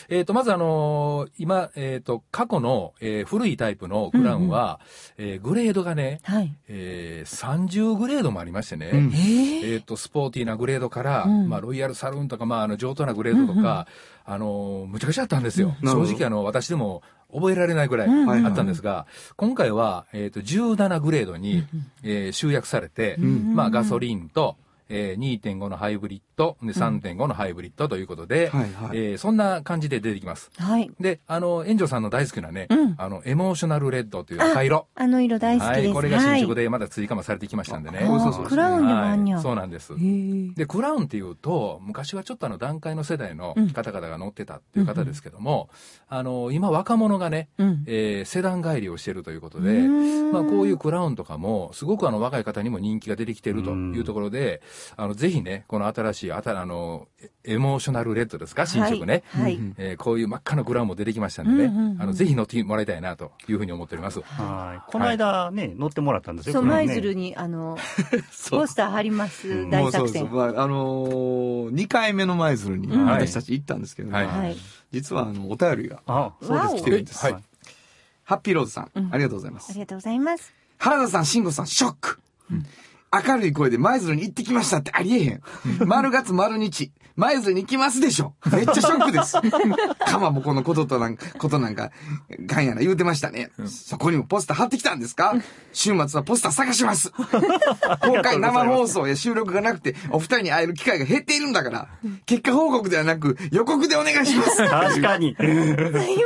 [SPEAKER 5] えーっと、まずあのー今、えーっと、過去の、えー古いタイプのクラウンは、えーグレードがね、
[SPEAKER 3] はい。
[SPEAKER 5] えー30グレードもありましてね、
[SPEAKER 2] うん
[SPEAKER 5] えーっと、スポーティーなグレードから、まあ、ロイヤルサルーンとか、まあ、あの、上等なグレードとか、あのーむちゃくちゃあったんですよ。
[SPEAKER 2] うんなるほど
[SPEAKER 5] 正直、あの、私でも覚えられないぐらい
[SPEAKER 2] はいはい
[SPEAKER 5] あったんですが、今回は、えっ、と、17グレードに、えー集約されて、まあ、ガソリンと、えー2.5のハイブリッド、で3.5のハイブリッドということで、
[SPEAKER 2] はいはい
[SPEAKER 5] えーそんな感じで出てきます。
[SPEAKER 3] はい。
[SPEAKER 5] で、あの、園長さんの大好きなね、
[SPEAKER 3] うん
[SPEAKER 5] あの、エモーショナルレッドという赤色。
[SPEAKER 3] あの色大好きです。
[SPEAKER 5] はい、これが新色でまだ追加もされてきましたんでね。
[SPEAKER 2] あそうそうそう
[SPEAKER 3] あークラウンでもあんにゃ。
[SPEAKER 5] はいそうなんです。
[SPEAKER 3] へ
[SPEAKER 5] で、クラウンっていうと、昔はちょっとあの、団塊の世代の
[SPEAKER 3] うん
[SPEAKER 5] 方々が乗ってたっていう方ですけども、あの、今若者がね、
[SPEAKER 3] え。うん。
[SPEAKER 5] えーセダン帰りをしてるということ
[SPEAKER 3] う
[SPEAKER 5] で、
[SPEAKER 3] ーん
[SPEAKER 5] まあ、こういうクラウンとかも、すごくあの、若い方にも人気が出てきてるというところで、あの、ぜひね、この新しい、あた、あの、エエモーショナルレッドですか、新色ね。
[SPEAKER 3] はいはい。
[SPEAKER 5] えーこういう真っ赤なクラウンも出てきましたんで
[SPEAKER 3] う
[SPEAKER 5] ね、
[SPEAKER 3] んうんうん
[SPEAKER 5] あの、ぜひ乗ってもらいたいなというふうに思っております。
[SPEAKER 6] はい。この間ね、乗ってもらったんですよ。
[SPEAKER 3] そう、
[SPEAKER 6] これ
[SPEAKER 3] 舞
[SPEAKER 6] ね
[SPEAKER 3] 鶴に、あの、ポスター貼ります大作戦。
[SPEAKER 2] まあ、あのー、2回目の舞鶴に
[SPEAKER 3] うん
[SPEAKER 2] 私たち行ったんですけども、
[SPEAKER 5] はい
[SPEAKER 3] はい。
[SPEAKER 2] 実はあのお便りが
[SPEAKER 6] あ、そうです
[SPEAKER 3] わお
[SPEAKER 6] か。
[SPEAKER 2] 来てるんです。
[SPEAKER 5] はい
[SPEAKER 2] ハッピーローズさん、ありがとうございま
[SPEAKER 3] あ
[SPEAKER 2] す
[SPEAKER 3] り。がとうございます。
[SPEAKER 2] 原田さん、慎吾さん、ショック。明るい声で舞鶴に行ってきましたってありえへん。丸月丸日、舞鶴に行きますでしょ。めっちゃショック です。かまぼこのこととなんか、ことなんか、ガンやな言うてましたね。そこにもポスター貼ってきたんですか週末はポスター探します。 今回生放送や収録がなくて、お二人に会える機会が減っているんだ から、結果報告ではなく予告でお願いします。
[SPEAKER 6] 確かに。
[SPEAKER 3] すいません。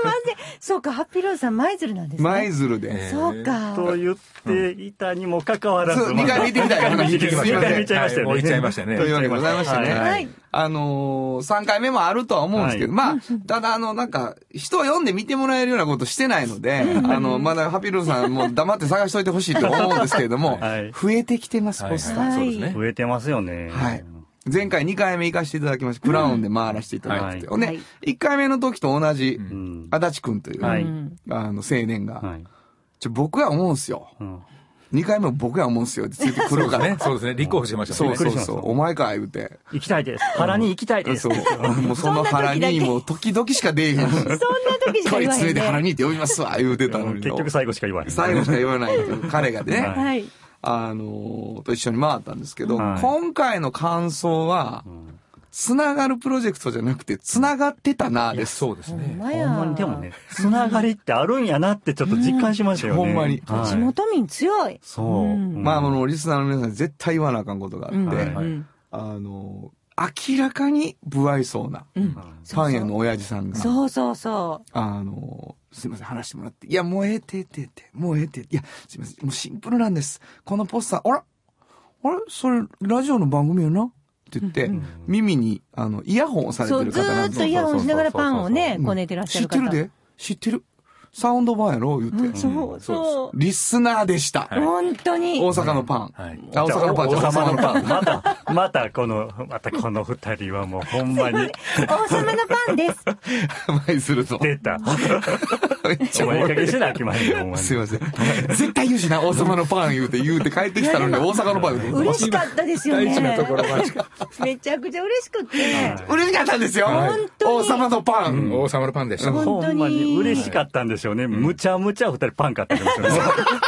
[SPEAKER 3] そうか、ハッピーローズさん、舞鶴なんですね。
[SPEAKER 2] 舞鶴で。
[SPEAKER 3] そうか。
[SPEAKER 6] と言っていたにもかかわら
[SPEAKER 2] そ
[SPEAKER 6] ず、
[SPEAKER 2] う二回見てみたい
[SPEAKER 6] 二回見
[SPEAKER 5] 聞
[SPEAKER 6] て
[SPEAKER 5] き
[SPEAKER 2] 二
[SPEAKER 5] ましたね。
[SPEAKER 2] 回
[SPEAKER 6] 見ちゃいましたよね
[SPEAKER 5] はもう行っちゃいましたね。
[SPEAKER 2] というわけでございましてね。
[SPEAKER 6] はい
[SPEAKER 2] あのー、3回目もあるとは思うんですけど、まあ、ただあの、なんか、人を読んで見てもらえるようなことしてないので、あの、まだハピルさんも黙って探しといてほしいと思うんですけれども、
[SPEAKER 6] はい
[SPEAKER 2] 増えてきてます、
[SPEAKER 5] はい
[SPEAKER 2] ポスター。
[SPEAKER 5] そうですね。
[SPEAKER 6] 増えてますよね。
[SPEAKER 2] はい。前回2回目行かせていただきまして、クラウンで回らせていただいてて、
[SPEAKER 6] は
[SPEAKER 2] ね、
[SPEAKER 3] はい
[SPEAKER 2] 1回目の時と同じ、
[SPEAKER 6] うん。
[SPEAKER 2] 足立くんという、
[SPEAKER 6] は
[SPEAKER 3] う
[SPEAKER 6] い
[SPEAKER 3] ん
[SPEAKER 2] あの、青年が、
[SPEAKER 6] はい。
[SPEAKER 2] ちょ僕は思うんすよ。
[SPEAKER 6] うん
[SPEAKER 2] 2回目も僕は思うんすよってついてく
[SPEAKER 5] そう
[SPEAKER 2] る
[SPEAKER 5] で
[SPEAKER 2] か
[SPEAKER 5] す
[SPEAKER 2] ら。
[SPEAKER 5] ね。そうですね。立候補してました
[SPEAKER 2] そ
[SPEAKER 5] ね。
[SPEAKER 2] うそうそう。お前か、言うて。
[SPEAKER 6] 行きたいです。原に行き たいで
[SPEAKER 2] そ
[SPEAKER 6] す。
[SPEAKER 2] う。もうその腹に、もう時々しか出えへんし。
[SPEAKER 3] そんな時しか
[SPEAKER 2] こい
[SPEAKER 3] 言わ
[SPEAKER 2] つ
[SPEAKER 3] へ
[SPEAKER 2] れ
[SPEAKER 3] ん
[SPEAKER 2] で腹
[SPEAKER 3] ね。
[SPEAKER 2] にって呼びますわ、言うてたのに。
[SPEAKER 6] 結局最後しか言わない。
[SPEAKER 2] 最後しか言わないっていう彼が ね、
[SPEAKER 6] はい
[SPEAKER 3] はい。
[SPEAKER 2] あのーと一緒に回ったんですけど、
[SPEAKER 6] はい
[SPEAKER 2] 今回の感想は、つながるプロジェクトじゃなくて、つながってたな、
[SPEAKER 5] いや
[SPEAKER 2] です。
[SPEAKER 5] そうです
[SPEAKER 3] ほん
[SPEAKER 5] ね。
[SPEAKER 3] ま
[SPEAKER 6] ほ
[SPEAKER 3] や。
[SPEAKER 6] んまにでもね、つながりってあるんやなってちょっと実感しましたよね。
[SPEAKER 2] うんほんまに
[SPEAKER 6] はい
[SPEAKER 3] 地元民強い。
[SPEAKER 6] そう。
[SPEAKER 3] うん
[SPEAKER 2] まあ、あ
[SPEAKER 6] うん
[SPEAKER 2] の、リスナーの皆さんに絶対言わなあかんことがあって、
[SPEAKER 3] うん
[SPEAKER 6] はい
[SPEAKER 3] うん
[SPEAKER 2] あのー明らかに不愛想な、
[SPEAKER 3] うん
[SPEAKER 2] パン屋の親父さんが、
[SPEAKER 3] そうそうそ
[SPEAKER 2] あの、すいません、話してもらって。いや、もうええて、ええて、ええて、もうええて。いや、すいません、もうシンプルなんです。このポスター、あらあれそれ、ラジオの番組よなって言って、耳に、あの、イヤホンをさ
[SPEAKER 3] う。
[SPEAKER 2] れて
[SPEAKER 3] そう、
[SPEAKER 2] る
[SPEAKER 3] ず
[SPEAKER 2] 方なん
[SPEAKER 3] ーっ
[SPEAKER 2] です
[SPEAKER 3] とイヤホンしながらパンをね
[SPEAKER 2] う、ん
[SPEAKER 3] こねてらっしゃ
[SPEAKER 2] 知
[SPEAKER 3] る
[SPEAKER 2] って
[SPEAKER 3] 方。
[SPEAKER 2] るで知ってる。サウンドバーやろ言って、
[SPEAKER 3] うんそうそ
[SPEAKER 2] リスナーでした。
[SPEAKER 3] う。本当に。
[SPEAKER 2] 大阪のパン。
[SPEAKER 5] はい
[SPEAKER 2] あ大阪のパンじゃない大阪のパン。
[SPEAKER 6] また、またこの、またこの二人はもうほんまに
[SPEAKER 3] 王様のパンです。
[SPEAKER 2] 前するぞ。
[SPEAKER 6] 出 た。
[SPEAKER 2] めっちゃ
[SPEAKER 6] お
[SPEAKER 2] おも
[SPEAKER 6] 前いい
[SPEAKER 2] ろ
[SPEAKER 6] 加
[SPEAKER 2] い
[SPEAKER 6] 減しなあきまへんよ、ほんまに
[SPEAKER 2] すいません。絶対言うしな、王様のパン言うて言うて帰ってきたのに、大阪のパン言うて。
[SPEAKER 3] 嬉しかったですよ
[SPEAKER 5] 大
[SPEAKER 3] ね
[SPEAKER 5] 事なところまで。
[SPEAKER 3] めちゃくちゃ嬉しくって。
[SPEAKER 2] 嬉しかったんですよ、
[SPEAKER 3] 本当に
[SPEAKER 2] 王様のパン、
[SPEAKER 5] うん王様のパンでした。
[SPEAKER 3] ほん
[SPEAKER 6] ほんまに嬉しかったんでしょうね。むちゃむちゃ二人パン買ってるんですよね。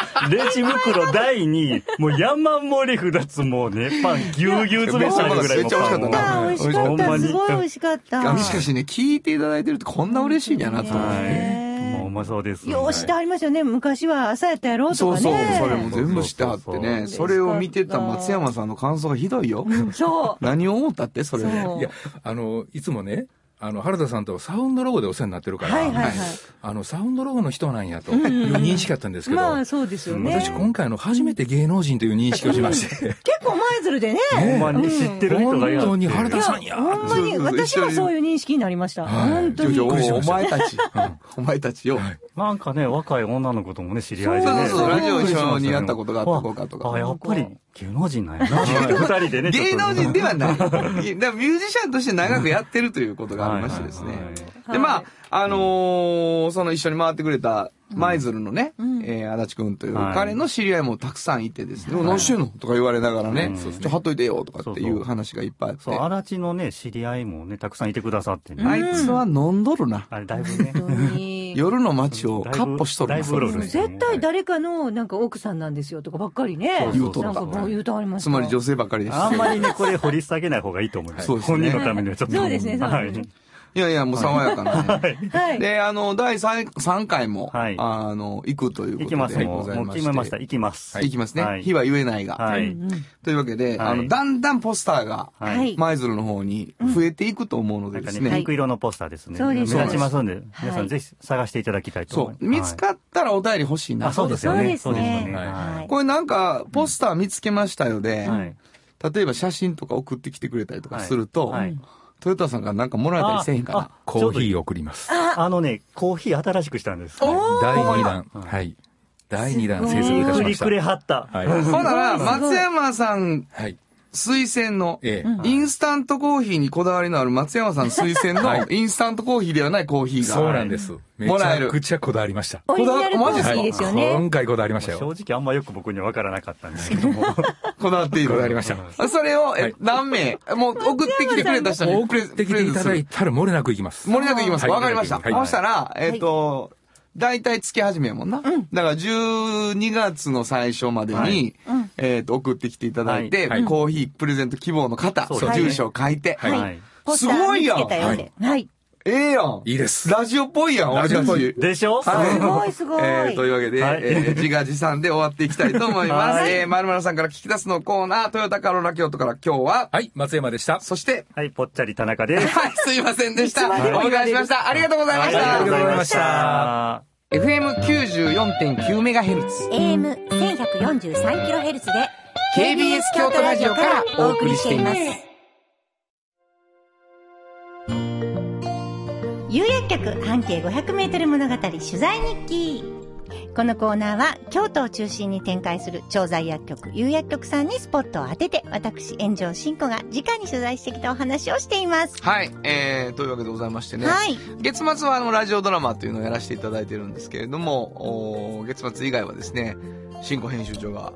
[SPEAKER 6] レジ袋第に、もう山盛り二つもうね、パンぎゅうぎゅう詰めされるぐらいのパン
[SPEAKER 2] め
[SPEAKER 6] を
[SPEAKER 2] っちゃ美味し
[SPEAKER 3] あー美味し
[SPEAKER 2] かったな
[SPEAKER 3] か
[SPEAKER 6] ほ
[SPEAKER 3] っ
[SPEAKER 6] んま
[SPEAKER 3] た。
[SPEAKER 6] に
[SPEAKER 3] すごい美味しかった。
[SPEAKER 2] あのしかしね聞いていただいてるってこんな嬉しいんやなと思って、
[SPEAKER 3] ね
[SPEAKER 6] もううまそうです。
[SPEAKER 3] よう知ってありますよね。昔は朝やったやろうと
[SPEAKER 2] そう
[SPEAKER 3] か
[SPEAKER 2] そう、それ
[SPEAKER 3] ね。
[SPEAKER 2] も全部してはって
[SPEAKER 3] そ
[SPEAKER 2] ねそう
[SPEAKER 3] そうそう
[SPEAKER 2] れを見てた松山さんの感想がひどいよ、
[SPEAKER 3] そ
[SPEAKER 2] 何を思ったってそれで
[SPEAKER 3] そう
[SPEAKER 5] いや、あの、いつもね、あの、原田さんとサウンドロゴでお世話になってるから、
[SPEAKER 3] はいはいはい
[SPEAKER 5] あの、サウンドロゴの人なんやという認識だったんです
[SPEAKER 3] う。
[SPEAKER 5] けど、
[SPEAKER 3] まあそうですよね。
[SPEAKER 5] 私今回あの初めて芸能人という認識をし まして、
[SPEAKER 3] 結構舞鶴でね。
[SPEAKER 6] ほんまに知ってる人がいる
[SPEAKER 5] 本当に原
[SPEAKER 3] い
[SPEAKER 5] 田
[SPEAKER 3] や、
[SPEAKER 5] さんや
[SPEAKER 3] ほんまに、
[SPEAKER 2] そうそう
[SPEAKER 3] 私はそういう認識になりました。
[SPEAKER 5] はい
[SPEAKER 3] 本当に。
[SPEAKER 2] ちょちょ
[SPEAKER 5] びっくりしま
[SPEAKER 2] お
[SPEAKER 5] した
[SPEAKER 2] 前たち、お前たちよ、
[SPEAKER 6] なんかね、若い女の子ともね、知り合いで
[SPEAKER 2] そう
[SPEAKER 6] ね。
[SPEAKER 2] そうそうラジオ
[SPEAKER 6] びっくり
[SPEAKER 2] 一
[SPEAKER 6] しました
[SPEAKER 2] 緒
[SPEAKER 6] ね
[SPEAKER 2] にやったことがあった子かとか
[SPEAKER 6] あ、やっぱり芸能人なん やな。二人でね、ちょっと
[SPEAKER 2] 芸能人では ないだからミュージシャンとして長くやってるということがありましてですね、
[SPEAKER 6] はいはい
[SPEAKER 3] はい
[SPEAKER 2] でまああのーその一緒に回ってくれた舞鶴のね、えー足立くんという、
[SPEAKER 6] はい
[SPEAKER 2] 彼の知り合いもたくさんいてですね「何してんの?」とか言われながらね「
[SPEAKER 6] うん
[SPEAKER 2] ちょっと貼っといてよ」とかってい
[SPEAKER 6] そう
[SPEAKER 2] う
[SPEAKER 6] そう
[SPEAKER 2] 話がいっぱいあって
[SPEAKER 6] そう、足立のね、知り合いもね、たくさんいてくださってね。
[SPEAKER 2] あいつは飲んどるな、
[SPEAKER 6] あれ、だいぶね。
[SPEAKER 3] 本当に
[SPEAKER 2] 夜の街を
[SPEAKER 6] だいぶ
[SPEAKER 2] かっ歩しとる
[SPEAKER 6] だ
[SPEAKER 2] ない
[SPEAKER 6] ぶうろうろしてる
[SPEAKER 3] 絶対誰かのなんか奥さんなんですよとかばっかりね
[SPEAKER 6] そう
[SPEAKER 2] そうそう
[SPEAKER 3] なんかこう言うとありました
[SPEAKER 2] つまり女性ばっかりです
[SPEAKER 6] あんまりね、これ掘り下げない方がいいと思います。
[SPEAKER 2] そうですね
[SPEAKER 6] 本人のためにはちょっと。
[SPEAKER 3] そうですねそう
[SPEAKER 6] は
[SPEAKER 3] で
[SPEAKER 6] い
[SPEAKER 3] すね。
[SPEAKER 2] いやいやもう爽やかな、ね
[SPEAKER 3] はい
[SPEAKER 2] であの第 3, 三回も、
[SPEAKER 6] はい
[SPEAKER 2] あの行くというこ
[SPEAKER 6] 行
[SPEAKER 2] と
[SPEAKER 6] き
[SPEAKER 2] で
[SPEAKER 6] ます。も
[SPEAKER 2] ご
[SPEAKER 6] う、
[SPEAKER 2] ざい
[SPEAKER 6] もう
[SPEAKER 2] まして
[SPEAKER 6] 決めました。行きます。
[SPEAKER 2] い、きますね、
[SPEAKER 6] はい
[SPEAKER 2] 日は言えないが、
[SPEAKER 6] はい。
[SPEAKER 2] というわけで、
[SPEAKER 6] はい
[SPEAKER 2] あのだんだんポスターが
[SPEAKER 6] はい
[SPEAKER 3] はい
[SPEAKER 2] 舞鶴の方に増えていくと思うの
[SPEAKER 6] な
[SPEAKER 2] で
[SPEAKER 6] ん
[SPEAKER 2] で
[SPEAKER 6] か
[SPEAKER 2] す
[SPEAKER 6] ね、
[SPEAKER 2] ね、
[SPEAKER 6] ピンク色のポスターですね。
[SPEAKER 3] そう
[SPEAKER 6] 目
[SPEAKER 3] です
[SPEAKER 6] 立ちますんで、皆
[SPEAKER 3] は
[SPEAKER 6] さ
[SPEAKER 3] い
[SPEAKER 6] んぜひ探していただきたいと
[SPEAKER 2] そ
[SPEAKER 6] 思います。
[SPEAKER 2] う見つ
[SPEAKER 6] っ
[SPEAKER 2] かったらお便り欲しいな、
[SPEAKER 6] あ、そうですよね。
[SPEAKER 3] そうですねはい
[SPEAKER 2] これなんかポスター見つけましたよで、
[SPEAKER 6] はい。
[SPEAKER 2] 例えば写真とか送ってきてくれたりとかすると、
[SPEAKER 6] はいはい
[SPEAKER 2] トヨタさんがなんかもらえたりせえへんかな
[SPEAKER 6] あ
[SPEAKER 5] コーヒーを送ります。
[SPEAKER 6] あのね、コーヒー新しくしたんです。
[SPEAKER 5] 第2弾、はい。第2弾制作いたし
[SPEAKER 6] く
[SPEAKER 5] ま
[SPEAKER 6] り
[SPEAKER 5] し
[SPEAKER 6] くれ
[SPEAKER 5] た。
[SPEAKER 6] はった。
[SPEAKER 5] はい。
[SPEAKER 2] ほんなら松山さん
[SPEAKER 5] はい。
[SPEAKER 2] 推薦の
[SPEAKER 5] え
[SPEAKER 2] インスタントコーヒーにこだわりのある松山さん推薦のインスタントコーヒーではないコーヒ
[SPEAKER 5] え。
[SPEAKER 2] ーが
[SPEAKER 5] そうなんです。め
[SPEAKER 2] も
[SPEAKER 5] ち
[SPEAKER 2] らえる
[SPEAKER 5] ゃくちゃこだわりました。
[SPEAKER 3] オリジナルコ
[SPEAKER 2] マジ
[SPEAKER 3] ーヒー
[SPEAKER 2] で
[SPEAKER 3] ですすよね
[SPEAKER 5] 今回こだわりましたよ。
[SPEAKER 6] 正直あんまよく僕には分からなかったんですけども。
[SPEAKER 2] こだわっている。
[SPEAKER 5] こだわりました。
[SPEAKER 2] あそれを、え
[SPEAKER 5] はい
[SPEAKER 2] 何名、もう送ってきてくれた人にプ
[SPEAKER 5] 送
[SPEAKER 2] レ
[SPEAKER 5] ってき
[SPEAKER 2] プレ
[SPEAKER 5] て
[SPEAKER 2] ゼン
[SPEAKER 5] い
[SPEAKER 2] ト
[SPEAKER 5] た
[SPEAKER 2] す
[SPEAKER 5] だ
[SPEAKER 2] る
[SPEAKER 5] い。たら漏れなくいきます。
[SPEAKER 2] 盛りなく言います。
[SPEAKER 5] はい
[SPEAKER 2] わかりました。
[SPEAKER 5] はい
[SPEAKER 2] そしたら、えっと、大体月始めやもんな。だから12月の最初まで
[SPEAKER 6] は
[SPEAKER 2] に
[SPEAKER 6] い、
[SPEAKER 2] えっと、送ってきていただいて
[SPEAKER 5] はいは、い
[SPEAKER 2] コーヒープレゼント希望の方
[SPEAKER 6] そう、ですね
[SPEAKER 2] 住所を書いて、
[SPEAKER 6] はい
[SPEAKER 3] ポスター見つけたよってはい
[SPEAKER 2] ええやん。
[SPEAKER 5] いいです。
[SPEAKER 2] ラジオっぽいやん、俺たち。
[SPEAKER 6] でしょ
[SPEAKER 2] はい
[SPEAKER 3] すごいすごい
[SPEAKER 2] えーというわけで、
[SPEAKER 6] はい
[SPEAKER 2] えー自画自賛で終わっていきたいと思います。
[SPEAKER 6] はい
[SPEAKER 2] えー、まるまるさんから聞き出すのコーナー、トヨタカローラ京都から今日は、
[SPEAKER 5] はい、松山でした。
[SPEAKER 2] そして、
[SPEAKER 6] はい、ぽっちゃり田中です。
[SPEAKER 2] はい、すいませんで した。お
[SPEAKER 3] いつまでも言
[SPEAKER 2] 迎
[SPEAKER 3] われ
[SPEAKER 2] えし
[SPEAKER 3] る
[SPEAKER 2] ました。ありがとうございまし
[SPEAKER 5] ありがとうござい
[SPEAKER 2] た。
[SPEAKER 5] ました。
[SPEAKER 2] FM94.9MHz、
[SPEAKER 3] AM1143kHz で
[SPEAKER 2] KBS 京都ラジオからお送りしています。
[SPEAKER 3] 有薬局半径 500m 物語取材日記このコーナーは京都を中心に展開する調剤薬局有薬局さんにスポットを当てて私炎上真子が直に取材してきたお話をしています、
[SPEAKER 2] はい、えー、というわけでございましてね。
[SPEAKER 3] はい
[SPEAKER 2] 月末はあの、ラジオドラマというのをやらせていただいてるんですけれども、おー月末以外はですね、新庫編集長が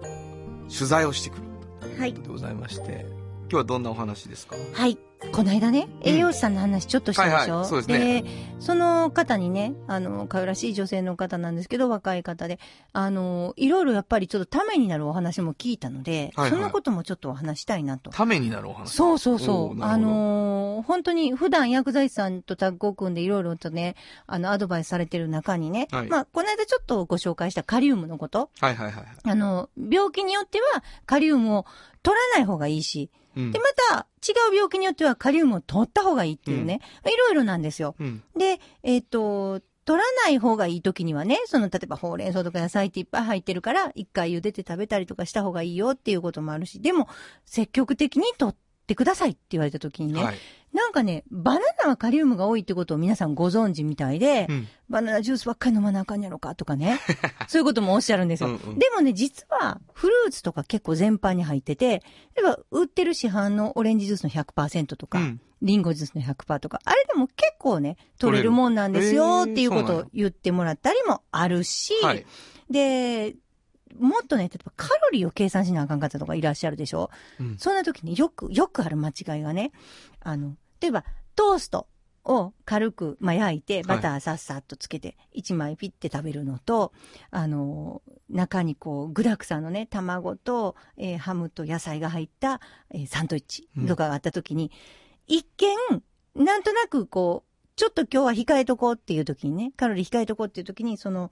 [SPEAKER 2] 取材をしてくる
[SPEAKER 3] は
[SPEAKER 2] という
[SPEAKER 3] い
[SPEAKER 2] ことでございまして、今日はどんなお話ですか
[SPEAKER 3] はい。この間ね、栄養士さんの話ちょっとしたでしょ、
[SPEAKER 2] はいはいそうですね
[SPEAKER 3] でその方にね、あの、かよらしい女性の方なんですけど、若い方で、あの、いろいろやっぱりちょっとためになるお話も聞いたので、
[SPEAKER 2] はいはい
[SPEAKER 3] そのこともちょっとお話したいなと。
[SPEAKER 2] ためになるお話。
[SPEAKER 3] そうそうそ
[SPEAKER 2] おー
[SPEAKER 3] う。
[SPEAKER 2] な
[SPEAKER 3] あ
[SPEAKER 2] るほど
[SPEAKER 3] のー本当に普段薬剤師さんとタッグを組んでいろいろとね、あの、アドバイスされてる中にね、
[SPEAKER 2] はい
[SPEAKER 3] まあ、この間ちょっとご紹介したカリウムのこと、
[SPEAKER 2] はいはいはいはい。
[SPEAKER 3] あの、病気によってはカリウムを取らない方がいいし、
[SPEAKER 2] うん
[SPEAKER 3] で、また、違う病気によってはカリウムを取った方がいいっていうね、いろいろなんですよ。
[SPEAKER 2] うん。
[SPEAKER 3] で、えっ、と、取らない方がいい時にはね、その、例えばほうれん草とか野菜っていっぱい入ってるから、一回茹でて食べたりとかした方がいいよっていうこともあるし、でも、積極的に取ってくださいって言われた時にね、
[SPEAKER 2] はい。
[SPEAKER 3] なんかね、バナナはカリウムが多いってことを皆さんご存知みたいで、
[SPEAKER 2] うん
[SPEAKER 3] バナナジュースばっかり飲まなあかんやろかとか ね、そういうこともおっしゃるんですよ。
[SPEAKER 2] うんうん
[SPEAKER 3] でもね、実はフルーツとか結構全般に入ってて、例えば売ってる市販のオレンジジュースの100%とか、
[SPEAKER 2] うん
[SPEAKER 3] リンゴジュースの100%とか、あれでも結構ね、取れるもんなんですよっ
[SPEAKER 2] 取れる
[SPEAKER 3] ていうこ
[SPEAKER 2] へーそう
[SPEAKER 3] と
[SPEAKER 2] な
[SPEAKER 3] を
[SPEAKER 2] んや
[SPEAKER 3] 言ってもらったりもあるし、
[SPEAKER 2] はい。
[SPEAKER 3] で、もっとね、例えばカロリーを計算しなあかん方とかいらっしゃるでしょ、
[SPEAKER 2] うん
[SPEAKER 3] そんな時によく、よくある間違いがね、あの、例えばトーストを軽く、まあ、焼いて、バターさっさっとつけて、一枚ピッて食べるのと、あの、中にこう、具沢山のね、卵と、えーハムと野菜が入った、えーサンドイッチとかがあった時に、一見、なんとなくこう、ちょっと今日は控えとこうっていう時にね、カロリー控えとこうっていう時に、その、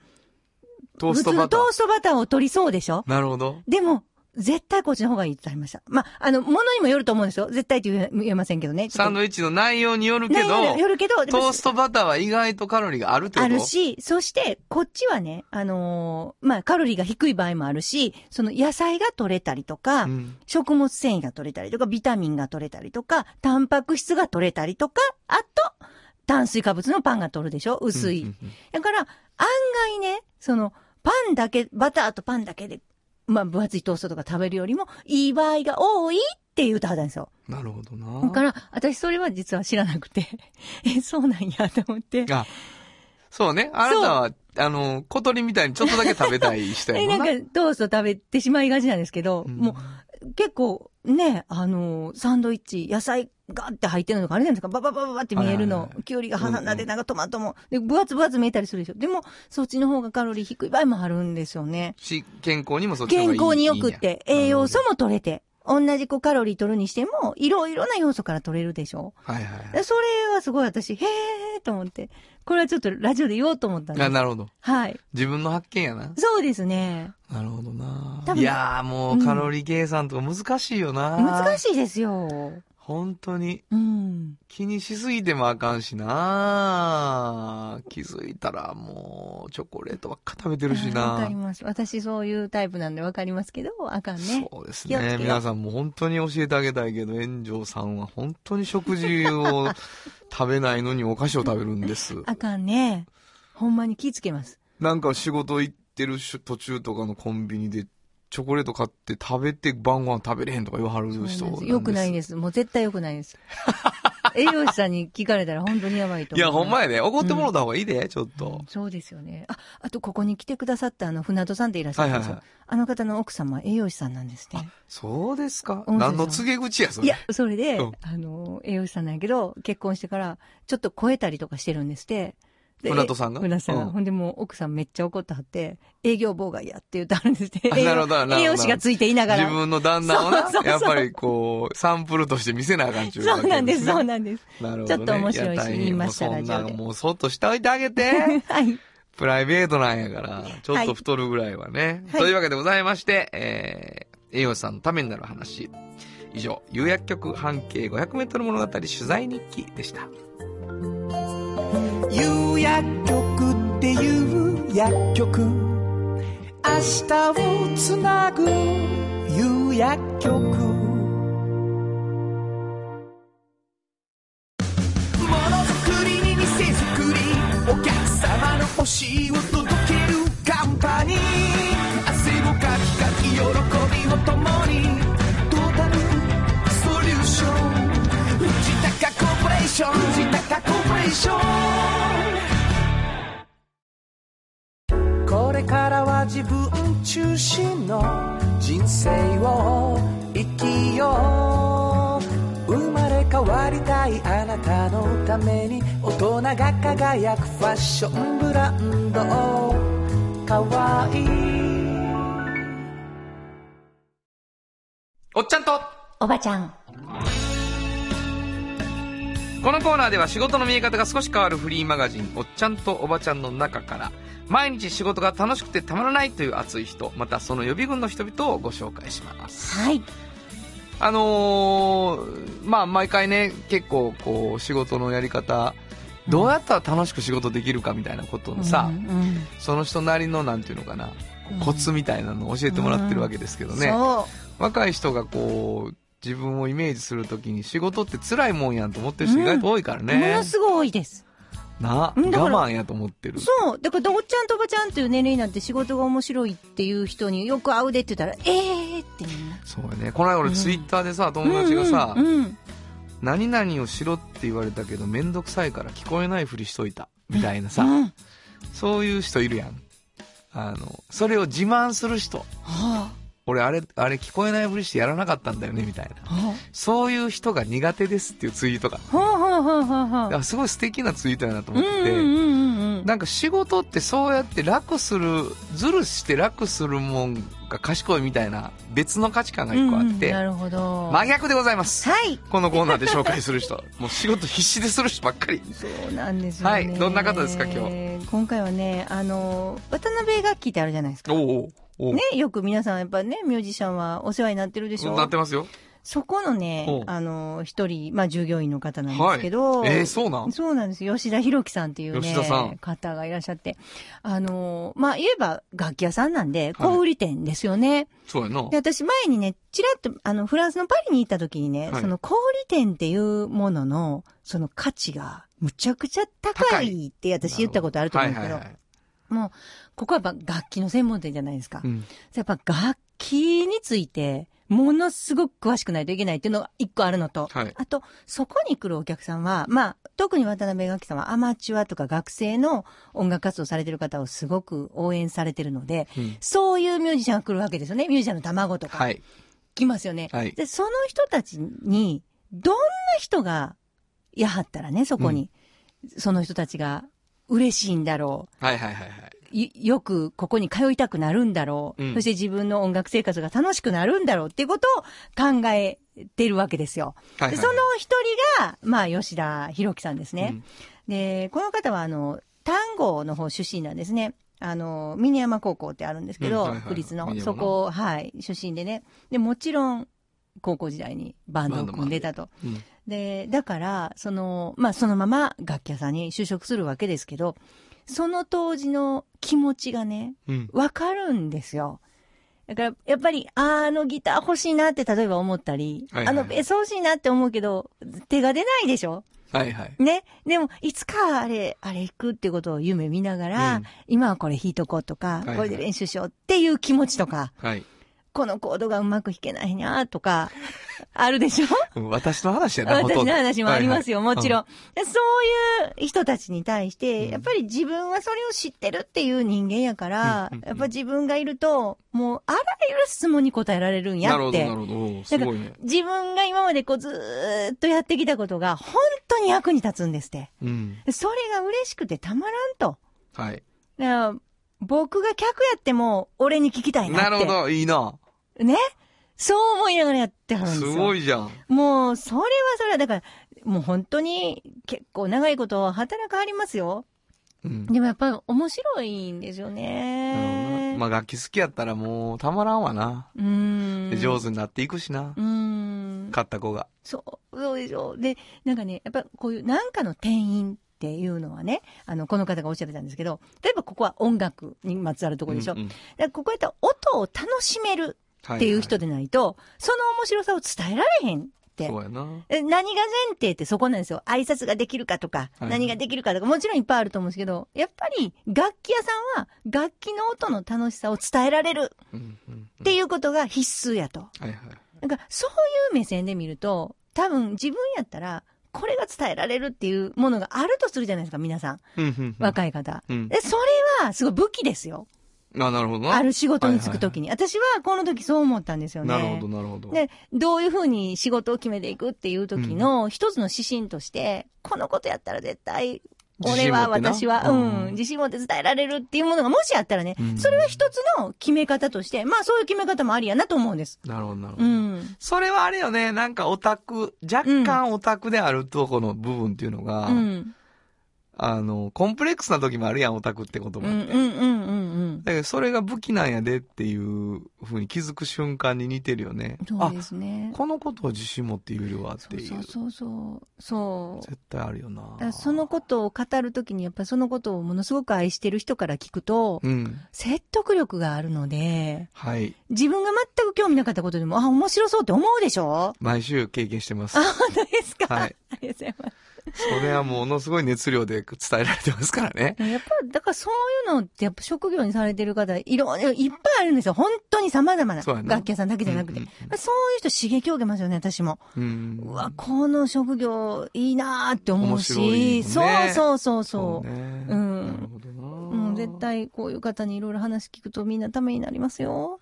[SPEAKER 2] トースト
[SPEAKER 3] 普通の
[SPEAKER 2] バター
[SPEAKER 3] ト。ーストバターを取りそうでしょ
[SPEAKER 2] なるほど。
[SPEAKER 3] でも、絶対こっちの方がいいって言われました。まあ、あの、ものにもよると思うんですよ。絶対って言え言えませんけどね。ちょっ
[SPEAKER 2] サ
[SPEAKER 3] と
[SPEAKER 2] ンドイッチの内容によるけど、
[SPEAKER 3] 内容によるけど、で
[SPEAKER 2] ト
[SPEAKER 3] も
[SPEAKER 2] ーストバターは意外とカロリーがあるってこと
[SPEAKER 3] あるし、そして、こっちはね、あのーまあ、カロリーが低い場合もあるし、その野菜が取れたりとか、
[SPEAKER 2] うん
[SPEAKER 3] 食物繊維が取れたりとか、ビタミンが取れたりとか、タンパク質が取れたりとか、あと、炭水化物のパンが取るでしょ薄い。
[SPEAKER 2] うんうんうん
[SPEAKER 3] だから、案外ね、その、パンだけ、バターとパンだけで、まあ、分厚いトーストとか食べるよりも、いい場合が多いって言うたはずなんですよ。
[SPEAKER 2] なるほどな。
[SPEAKER 3] だから、私それは実は知らなくて、 え、そうなんやと思って。
[SPEAKER 2] あ、そうね。あなたは、あの、小鳥みたいにちょっとだけ食べたい人
[SPEAKER 3] え、
[SPEAKER 2] や
[SPEAKER 3] な
[SPEAKER 2] も
[SPEAKER 3] ん
[SPEAKER 2] ん
[SPEAKER 3] か
[SPEAKER 2] な。、
[SPEAKER 3] トースト食べてしまいがちなんですけど、
[SPEAKER 2] うん
[SPEAKER 3] もう、結構、ね、あの、サンドイッチ、野菜がって入ってるのがあれじゃないですか、バババババって見える
[SPEAKER 2] はい
[SPEAKER 3] の
[SPEAKER 2] はい。
[SPEAKER 3] きゅうりが挟んだ
[SPEAKER 2] うんう
[SPEAKER 3] で、
[SPEAKER 2] ん
[SPEAKER 3] なんかトマトも、で、分厚分厚見えたりするでしょ。でも、そっちの方がカロリー低い場合もあるんですよね。
[SPEAKER 2] し、健康にもそっちの方
[SPEAKER 3] 健
[SPEAKER 2] がいい
[SPEAKER 3] 康に良くっ
[SPEAKER 2] いいん
[SPEAKER 3] て、
[SPEAKER 2] や
[SPEAKER 3] 栄養素も取れて、同じこうカロリー取るにしても、いろいろな要素から取れるでしょ。
[SPEAKER 2] やはいはいは
[SPEAKER 3] でそれはすごい私、へーと思って、これはちょっとラジオで言おうと思ったん
[SPEAKER 2] い。
[SPEAKER 3] で
[SPEAKER 2] あ
[SPEAKER 3] す。
[SPEAKER 2] なるほど。
[SPEAKER 3] はい。
[SPEAKER 2] 自分の発見やな。
[SPEAKER 3] そうですね。
[SPEAKER 2] なるほどな
[SPEAKER 3] 多。分
[SPEAKER 2] いやーもううんカロリー計算とか難しいよな。
[SPEAKER 3] 難
[SPEAKER 2] い。
[SPEAKER 3] しいですよ。
[SPEAKER 2] 本当に。
[SPEAKER 3] うん。
[SPEAKER 2] 気にしすぎてもあかんしな。気づいたらもう、チョコレートばっか食べてるし
[SPEAKER 3] あーわ
[SPEAKER 2] な
[SPEAKER 3] かり。ます。私そういうタイプなんでわかりますけど、あかんね。
[SPEAKER 2] そうです
[SPEAKER 3] 気をつけ
[SPEAKER 2] ね。
[SPEAKER 3] よう
[SPEAKER 2] 皆さんも本当に教えてあげたいけど、炎上さんは本当に食事を食べないのにお菓子を食べるんです。
[SPEAKER 3] あかんね。ほんまに気ぃつけます。
[SPEAKER 2] なんか仕事行ってるし途中とかのコンビニで、チョコレート買って食べて晩ご飯食べれへんとか言わはる人
[SPEAKER 3] そうなんで
[SPEAKER 2] んですす
[SPEAKER 3] よくないです。もう絶対よくない です。栄養士さんに聞かれたら本当にやばいと
[SPEAKER 2] い
[SPEAKER 3] 思う。
[SPEAKER 2] や、ほんまやで。怒ってもらった方がいいで、ちょっと。
[SPEAKER 3] そうですよね。あ、あとここに来てくださったあの船戸さんでいらっしゃるんですよ。
[SPEAKER 2] はいはい
[SPEAKER 3] あの方の奥様は栄養士さんなんですね。
[SPEAKER 2] そうですか。
[SPEAKER 3] 音声さん
[SPEAKER 2] 何の告げ口や、そ
[SPEAKER 3] い
[SPEAKER 2] れ。
[SPEAKER 3] や、それで、
[SPEAKER 2] うん
[SPEAKER 3] あの、栄養士さんなんやけど、結婚してからちょっと超えたりとかしてるんですって、で
[SPEAKER 2] 船戸さんが
[SPEAKER 3] 船戸さんが
[SPEAKER 2] うん
[SPEAKER 3] ほんでもう奥さんめっちゃ怒ってはって、営業妨害やって言うてあるんですって。
[SPEAKER 2] あなるほどなるほど
[SPEAKER 3] 栄養士がついていながら。
[SPEAKER 2] 自分の旦那をな
[SPEAKER 3] そうそうそう
[SPEAKER 2] やっぱりこう、サンプルとして見せなあかんちゅう
[SPEAKER 3] そうなんです、そう
[SPEAKER 2] です。
[SPEAKER 3] なんです。
[SPEAKER 2] なるほど、ね。
[SPEAKER 3] ちょっと面白い
[SPEAKER 2] や
[SPEAKER 3] し、
[SPEAKER 2] 大変
[SPEAKER 3] 言いました、
[SPEAKER 2] も
[SPEAKER 3] ラ
[SPEAKER 2] う
[SPEAKER 3] ジ
[SPEAKER 2] そん
[SPEAKER 3] オ
[SPEAKER 2] な
[SPEAKER 3] で。
[SPEAKER 2] もうそっとしておいてあ げて。
[SPEAKER 3] はい。
[SPEAKER 2] プライベートなんやから、ちょっと太るぐらいはね。
[SPEAKER 3] はい
[SPEAKER 2] というわけでございまして、えー、栄養士さんのためになる話。以上、有薬局半径500メートル物語取材日記でした。
[SPEAKER 4] 有薬局っていう薬局明日をつなぐ有薬局ものづくりに店づくりお客様の欲しいを届けるカンパニー汗をかきかき喜びを共にトータルソリューション藤高コーポレーション藤高コーポレーションこれからは自分中心の人生を生きよう生まれ変わりたいあなたのために大人が輝くファッションブランドかわいい
[SPEAKER 2] おっちゃんと
[SPEAKER 3] おばちゃん。
[SPEAKER 2] このコーナーでは仕事の見え方が少し変わるフリーマガジン「おっちゃんとおばちゃん」の中から毎日仕事が楽しくてたまらないという熱い人またその予備軍の人々をご紹介します
[SPEAKER 3] はい。
[SPEAKER 2] あのーまあ毎回ね結構こう仕事のやり方どうやったら楽しく仕事できるかみたいなことのさ、
[SPEAKER 3] うんうん
[SPEAKER 2] その人なりのなんていうのかなこ
[SPEAKER 3] うん
[SPEAKER 2] うコツみたいなのを教えてもらってるわけですけどね、
[SPEAKER 3] そ
[SPEAKER 2] 若い人がこう自分をイメージするときに仕事って辛いもんやんと思ってる人意外と多いから
[SPEAKER 3] う。
[SPEAKER 2] ね、
[SPEAKER 3] ものすごい多いです。
[SPEAKER 2] な、
[SPEAKER 3] うんだから
[SPEAKER 2] 我慢やと思ってる。
[SPEAKER 3] そう。だから、おっちゃんとおばちゃんという年齢になって仕事が面白いっていう人によく会うでって言ったら、ええーってみんな。
[SPEAKER 2] そうやね。この間俺
[SPEAKER 3] うん
[SPEAKER 2] ツイッターでさ、友達がさ、
[SPEAKER 3] うんうんうん
[SPEAKER 2] 何々をしろって言われたけどめんどくさいから聞こえないふりしといた。みたいなさ、
[SPEAKER 3] うんは
[SPEAKER 2] そういう人いるやん。あの、それを自慢する人。
[SPEAKER 3] あ
[SPEAKER 2] 俺あれ、あれ聞こえないふりしてやらなかったんだよね、みたいな。
[SPEAKER 3] は
[SPEAKER 2] そういう人が苦手ですっていうツイートが。
[SPEAKER 3] あはあはあはあはあ
[SPEAKER 2] だからすごい素敵なツイートやなと
[SPEAKER 3] う
[SPEAKER 2] 思
[SPEAKER 3] ん
[SPEAKER 2] っ
[SPEAKER 3] う
[SPEAKER 2] て
[SPEAKER 3] ん
[SPEAKER 2] て。
[SPEAKER 3] うんうん
[SPEAKER 2] なんか仕事ってそうやって楽する、ずるして楽するもんが賢いみたいな別の価値観が一個あっ
[SPEAKER 3] うんうん
[SPEAKER 2] て、
[SPEAKER 3] なるほど。
[SPEAKER 2] 真逆でございます。
[SPEAKER 3] はい。
[SPEAKER 2] このコーナーで紹介する人。もう仕事必死でする人ばっかり。
[SPEAKER 3] そうなんですよね。
[SPEAKER 2] はいどんな方ですか今
[SPEAKER 3] 日。今回はね、あの、渡辺楽器ってあるじゃないですか。
[SPEAKER 2] お
[SPEAKER 3] ね、
[SPEAKER 2] うおうおう
[SPEAKER 3] よく皆さんやっぱね、ミュージシャンはお世話になってるでしょ
[SPEAKER 2] なってますよ。
[SPEAKER 3] そこの
[SPEAKER 2] おう
[SPEAKER 3] ね、あの、一人、まあ従業員の方なんで
[SPEAKER 2] は
[SPEAKER 3] す
[SPEAKER 2] い。え
[SPEAKER 3] けど、
[SPEAKER 2] ーそうなん
[SPEAKER 3] そうなんです。吉田博樹さんっていう
[SPEAKER 2] 吉田さん
[SPEAKER 3] ね、方がいらっしゃって。あの、まあ、言えば楽器屋さんなんで、小売店ですよね。
[SPEAKER 2] そうやな。
[SPEAKER 3] で、私前にね、ちらっと、あの、フランスのパリに行った時にね、
[SPEAKER 2] はい
[SPEAKER 3] その小売店っていうものの、その価値が、むちゃくちゃ高いって私言ったことあると思うんですけど、
[SPEAKER 2] はいはいはい
[SPEAKER 3] もう、ここはやっぱ楽器の専門店じゃないですか。
[SPEAKER 2] うん
[SPEAKER 3] やっぱ楽器について、ものすごく詳しくないといけないっていうのが一個あるのと、
[SPEAKER 2] はい
[SPEAKER 3] あと、そこに来るお客さんは、まあ、特に渡辺楽器さんはアマチュアとか学生の音楽活動されてる方をすごく応援されてるので、
[SPEAKER 2] うん
[SPEAKER 3] そういうミュージシャンが来るわけですよね。ミュージシャンの卵とか。
[SPEAKER 2] はい。
[SPEAKER 3] 来ますよね。
[SPEAKER 2] はい
[SPEAKER 3] で、その人たちに、どんな人が、やはったらね、そこに、その人たちが嬉しいんだろ
[SPEAKER 2] はいはいはいはい。
[SPEAKER 3] う。いよくここに通いたくなるんだろう、
[SPEAKER 2] うん
[SPEAKER 3] そして自分の音楽生活が楽しくなるんだろうっていうことを考えてるわけですよ。
[SPEAKER 2] はいはい
[SPEAKER 3] でその一人が、まあ、吉田博樹さんですね。で、この方は、あの、丹後の方出身なんですね。あの、峰山高校ってあるんですけど、
[SPEAKER 2] うんはいはい
[SPEAKER 3] 区立の
[SPEAKER 2] 峰、山
[SPEAKER 3] そ
[SPEAKER 2] の
[SPEAKER 3] こ、はい、出身でね。で、もちろん、高校時代にバンドを組んでたと。
[SPEAKER 2] うん
[SPEAKER 3] で、だから、その、まあ、そのまま楽器屋さんに就職するわけですけど、その当時の気持ちがね、
[SPEAKER 2] うん。
[SPEAKER 3] わかるんですよ。だから、やっぱり、あのギター欲しいなって例えば思ったり、
[SPEAKER 2] はいはい
[SPEAKER 3] あのベース欲しいなって思うけど、手が出ないでしょ
[SPEAKER 2] はいはい。
[SPEAKER 3] ね。でも、いつかあれ、あれ行くってことを夢見ながら、
[SPEAKER 2] うん
[SPEAKER 3] 今はこれ弾いとこうとか、
[SPEAKER 2] いはい
[SPEAKER 3] これで練習しようっていう気持ちとか、
[SPEAKER 2] はい。
[SPEAKER 3] このコードがうまく弾けないなとか、 あるでしょ
[SPEAKER 2] うん私の話やな、ほと
[SPEAKER 3] 私
[SPEAKER 2] ん
[SPEAKER 3] の
[SPEAKER 2] ど
[SPEAKER 3] 話もありますよ、もちろ
[SPEAKER 2] ん。
[SPEAKER 3] ん。でそういう人たちに対して、やっぱり自分はそれを知ってるっていう人間やから、やっぱ自分がいると、もうあらゆる質問に答えられるんや
[SPEAKER 2] なる
[SPEAKER 3] っ
[SPEAKER 2] ほど、
[SPEAKER 3] て
[SPEAKER 2] な。るほど。す
[SPEAKER 3] だから
[SPEAKER 2] ごいね。
[SPEAKER 3] 自分が今までこうずーっとやってきたことが本当に役に立つんですって。
[SPEAKER 2] うん。
[SPEAKER 3] それが嬉しくてたまらんと。
[SPEAKER 2] はい。
[SPEAKER 3] だから僕が客やっても俺に聞きたいな
[SPEAKER 2] な
[SPEAKER 3] って。
[SPEAKER 2] るほど、いいな。
[SPEAKER 3] ね。そう思いながらやってはるんですすよ。
[SPEAKER 2] ごいじゃん。
[SPEAKER 3] もう、それはそれは、だから、もう本当に結構長いこと働かはりますよ。
[SPEAKER 2] うん。
[SPEAKER 3] でもやっぱり面白いんですよね。
[SPEAKER 2] まあ楽器好きやったらもうたまらんわな。
[SPEAKER 3] うーん。
[SPEAKER 2] 上
[SPEAKER 3] 手。
[SPEAKER 2] 手になっていくしな
[SPEAKER 3] う。ーん。
[SPEAKER 2] 買った子が。
[SPEAKER 3] そう、そうでしょう。で、なんかね、やっぱこういう、なんかの店員っていうのはね、あの、この方がおっしゃってたんですけど、例えばここは音楽にまつわるところでしょ。
[SPEAKER 2] うんうん
[SPEAKER 3] だからここやったら音を楽しめる
[SPEAKER 2] は
[SPEAKER 3] っていう人でないと、その面白さを伝えられへんって。
[SPEAKER 2] そうやな。
[SPEAKER 3] え何が前提ってそこなんですよ。挨拶ができるかとか、
[SPEAKER 2] はい
[SPEAKER 3] 何ができるかとか、もちろんいっぱいあると思うんですけど、やっぱり楽器屋さんは楽器の音の楽しさを伝えられる
[SPEAKER 2] うんうん
[SPEAKER 3] っ。ていうことが必須やと。
[SPEAKER 2] はいはい。
[SPEAKER 3] なんかそういう目線で見ると、多分自分やったら、これが伝えられるっていうものがあるとするじゃないですか、皆さん。
[SPEAKER 2] うんうんうん。
[SPEAKER 3] 若い方。
[SPEAKER 2] うん
[SPEAKER 3] えそれはすごい武器ですよ。
[SPEAKER 2] あ、なるほどな。
[SPEAKER 3] ある仕事に就くときに。私はこの時そう思ったんですよね。
[SPEAKER 2] なるほど、なるほど。
[SPEAKER 3] で、どういうふうに仕事を決めていくっていう時の一つの指針として、このことやったら絶対、俺は、
[SPEAKER 2] 自
[SPEAKER 3] 私
[SPEAKER 2] 信持って
[SPEAKER 3] は、
[SPEAKER 2] な
[SPEAKER 3] うん
[SPEAKER 2] うん、
[SPEAKER 3] 自信持って伝えられるっていうものがもしあったらね、
[SPEAKER 2] ん
[SPEAKER 3] それは一つの決め方として、まあそういう決め方もありやなと思うんです。
[SPEAKER 2] なるほど、なる
[SPEAKER 3] う
[SPEAKER 2] ほど。
[SPEAKER 3] ん。
[SPEAKER 2] それはあれよね、なんかオタク、若干オタクであるとこの部分っていうのが、
[SPEAKER 3] うん。
[SPEAKER 2] あの、コンプレックスな時もあるやん、オタクってこと
[SPEAKER 3] うんう
[SPEAKER 2] も。
[SPEAKER 3] んうんうん
[SPEAKER 2] だけど、それが武器なんやでっていうふうに気づく瞬間に似てるよね
[SPEAKER 3] うん。。そう
[SPEAKER 2] あ、
[SPEAKER 3] ですね。
[SPEAKER 2] このことを自信持って言うよりはっ
[SPEAKER 3] そ
[SPEAKER 2] て
[SPEAKER 3] う
[SPEAKER 2] いう。
[SPEAKER 3] そうそうそう。そう。
[SPEAKER 2] 絶対あるよな
[SPEAKER 3] だから。そのことを語るときに、やっぱりそのことをものすごく愛してる人から聞くと、
[SPEAKER 2] うん。
[SPEAKER 3] 説得力があるので、
[SPEAKER 2] はい。
[SPEAKER 3] 自分が全く興味なかったことでも、あ、面白そうって思うでし ょ
[SPEAKER 2] 毎週経験し てます
[SPEAKER 3] あ、。本当ですか、
[SPEAKER 2] はい
[SPEAKER 3] ありがとうござい
[SPEAKER 2] それはものすごい熱量で伝えられてますからね。
[SPEAKER 3] ます。やっぱ、だからそういうのって、やっぱ職業にされてる方、いろ、いっぱいあるんですよ。本当に様々な。
[SPEAKER 2] そうやな
[SPEAKER 3] 楽器屋さんだけじゃなくて。
[SPEAKER 2] うん
[SPEAKER 3] そういう人刺激を受けますよね、私も。
[SPEAKER 2] うん。
[SPEAKER 3] うわ、この職業いいなーって思うし。
[SPEAKER 2] 面白いよね
[SPEAKER 3] そうそうそうそ。
[SPEAKER 2] そううね。
[SPEAKER 3] うん
[SPEAKER 2] なるほどな。
[SPEAKER 3] うん、絶対こういう方にいろいろ話聞くとみんなためになりますよ。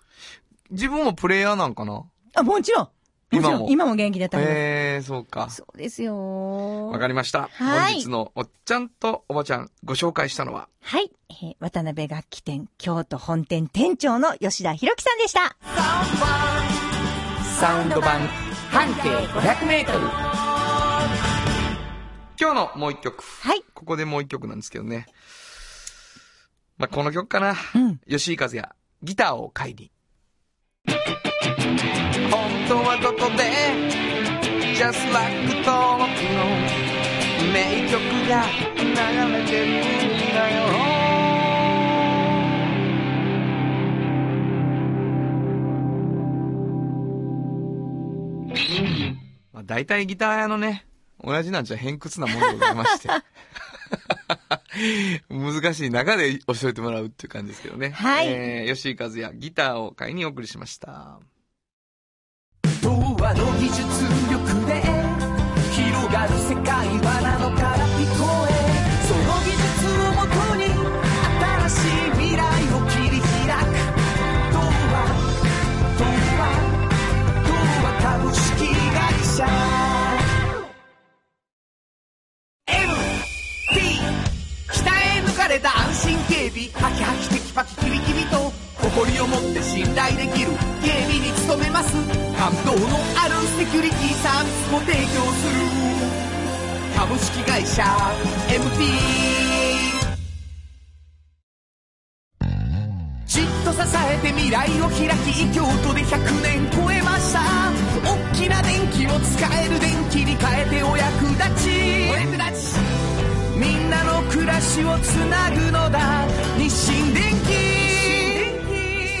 [SPEAKER 2] 自分もプレイヤーなんかな
[SPEAKER 3] あ、もちろんもち
[SPEAKER 2] 今
[SPEAKER 3] ろ
[SPEAKER 2] も
[SPEAKER 3] ん今も元気でため
[SPEAKER 2] えー、そうか
[SPEAKER 3] す。。そうですよ。
[SPEAKER 2] わかりました。
[SPEAKER 3] はい
[SPEAKER 2] 本日のおっちゃんとおばちゃんご紹介したのは、
[SPEAKER 3] はい、えー渡辺楽器店京都本店店長の吉田博樹さんでした。
[SPEAKER 4] サウンド版半径500メートル
[SPEAKER 2] 今日のもう一曲。
[SPEAKER 3] はい。
[SPEAKER 2] ここでもう一曲なんですけどね。まあ、この曲かな。
[SPEAKER 3] うん
[SPEAKER 2] 吉井和也、ギターを買いに。本当はどこで、Just Like t a の名曲が流れてるんだよ。まあ、大体ギター屋のね、同じなんじゃ偏屈なもんでございまして。 難しい中で教えてもらうっていう感じですけどね。
[SPEAKER 3] はい
[SPEAKER 2] えー吉井和也、ギターを買いにお送りしました。
[SPEAKER 4] 童話の技術力で広がる世界はなのから聞こえその技術をもとに新しい未来を切り開く童話童話童話株式会社 MT 北へ抜かれた安心警備ハキハキテキパキキビキビと誇りを持って信頼できる警備に努めます感動のあるセキュリティサービスも提供する株式会社 MT じっと支えて未来を開き京都で100年超えました大きな電気を使える電気に変えてお役立ちお役立ちみんなの暮らしをつなぐのだ日清電気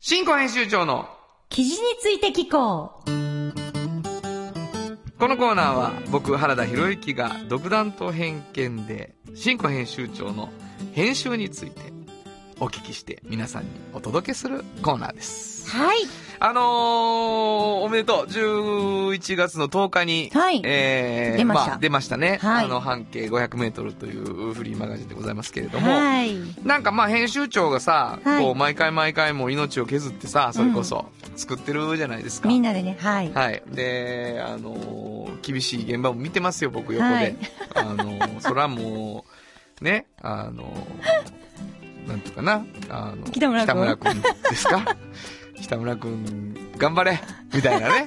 [SPEAKER 2] 新庫編集長の
[SPEAKER 3] 記事について聞こう。
[SPEAKER 2] このコーナーは僕原田博之が独断と偏見で新庫編集長の編集についてお聞きして皆さんにお届けするコーナーです。
[SPEAKER 3] はい。
[SPEAKER 2] あのー、おめでとう。11月の10日に、
[SPEAKER 3] はい
[SPEAKER 2] えー
[SPEAKER 3] 出ました
[SPEAKER 2] あ、出ましたね。
[SPEAKER 3] はい
[SPEAKER 2] あの、半径500メートルというフリーマガジンでございますけれども、
[SPEAKER 3] はい。
[SPEAKER 2] なんかまあ編集長がさ、
[SPEAKER 3] はい
[SPEAKER 2] こう毎回毎回もう命を削ってさ、それこそ作ってるじゃないですか。
[SPEAKER 3] みんなでね、はい。
[SPEAKER 2] はい。で、あのー厳しい現場も見てますよ、僕横で。
[SPEAKER 3] はい
[SPEAKER 2] あのーそらもう、ね、あのーなんていうかな、あの、
[SPEAKER 3] 北村君
[SPEAKER 2] 君です か北村君、頑張れみたいなね、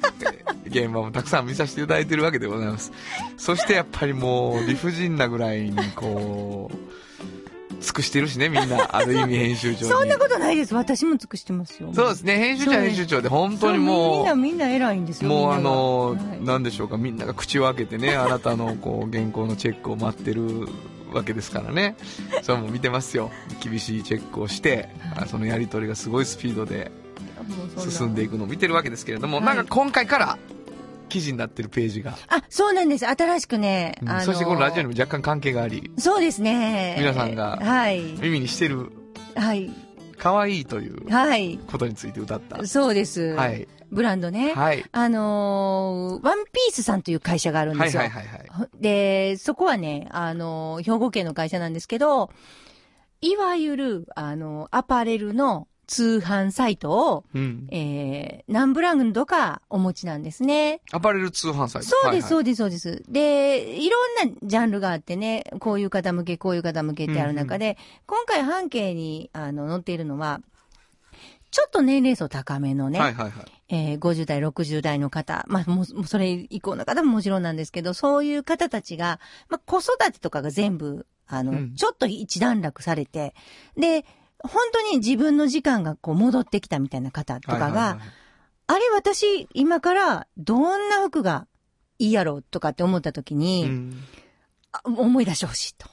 [SPEAKER 2] 現場もたくさん見させていただいてるわけでございます。そしてやっぱりもう、理不尽なぐらいに、こう、尽くしてるしね、みんな、ある意味編集長 に。
[SPEAKER 3] そんなことないです。私も尽くしてますよ。
[SPEAKER 2] そうですね、編集長は編集長で、本当にもう。
[SPEAKER 3] みんなみんな偉いんですよ。
[SPEAKER 2] もう
[SPEAKER 3] み
[SPEAKER 2] あ
[SPEAKER 3] んなが
[SPEAKER 2] の
[SPEAKER 3] はい
[SPEAKER 2] なんでしょうかみんなが口を開け てねあなたのこう原稿のチェックを待ってるわけですからねそれはもう見てますよ厳しいチェックをしてあそのやり取りがすごいスピードで
[SPEAKER 3] もうそな
[SPEAKER 2] 進んでいくのを見てるわけですけれども、
[SPEAKER 3] はい
[SPEAKER 2] なんか今回から記事になってるページが、
[SPEAKER 3] あ、そうなんです。新しくね、
[SPEAKER 2] うん
[SPEAKER 3] あの
[SPEAKER 2] そしてこのラジオにも若干関係があり
[SPEAKER 3] そうですね。
[SPEAKER 2] 皆さんが
[SPEAKER 3] はい。
[SPEAKER 2] 耳にしてる
[SPEAKER 3] はい。
[SPEAKER 2] 可愛いという
[SPEAKER 3] はい。
[SPEAKER 2] ことについて歌った
[SPEAKER 3] そうです。
[SPEAKER 2] はい
[SPEAKER 3] ブランドね。
[SPEAKER 2] はい
[SPEAKER 3] あのーワンピースさんという会社があるん
[SPEAKER 2] は
[SPEAKER 3] で
[SPEAKER 2] い
[SPEAKER 3] すよ。
[SPEAKER 2] はいはいはい
[SPEAKER 3] で、そこはね、あのー兵庫県の会社なんですけど、いわゆる、あのーアパレルの通販サイトを、
[SPEAKER 2] うん
[SPEAKER 3] えー、何ブランドかお持ちなんですね。
[SPEAKER 2] アパレル通販サイト
[SPEAKER 3] そうです、そ
[SPEAKER 2] は
[SPEAKER 3] うです、そうです。で、いろんなジャンルがあってね、こういう方向け、こういう方向けってある中で、今回半径に、あの、載っているのは、ちょっと年齢層高めの
[SPEAKER 2] い
[SPEAKER 3] ね、
[SPEAKER 2] はいはいはいはい
[SPEAKER 3] えー50代、60代の方、まあ、もう、もうそれ以降の方ももちろんなんですけど、そういう方たちが、まあ、子育てとかが全部、あの、
[SPEAKER 2] うん
[SPEAKER 3] ちょっと一段落されて、で、本当に自分の時間がこう戻ってきたみたいな方とかが、
[SPEAKER 2] はいはいはい
[SPEAKER 3] あれ私、今からどんな服がいいやろうとかって思った時に、
[SPEAKER 2] うん
[SPEAKER 3] あ思い出してほしいと。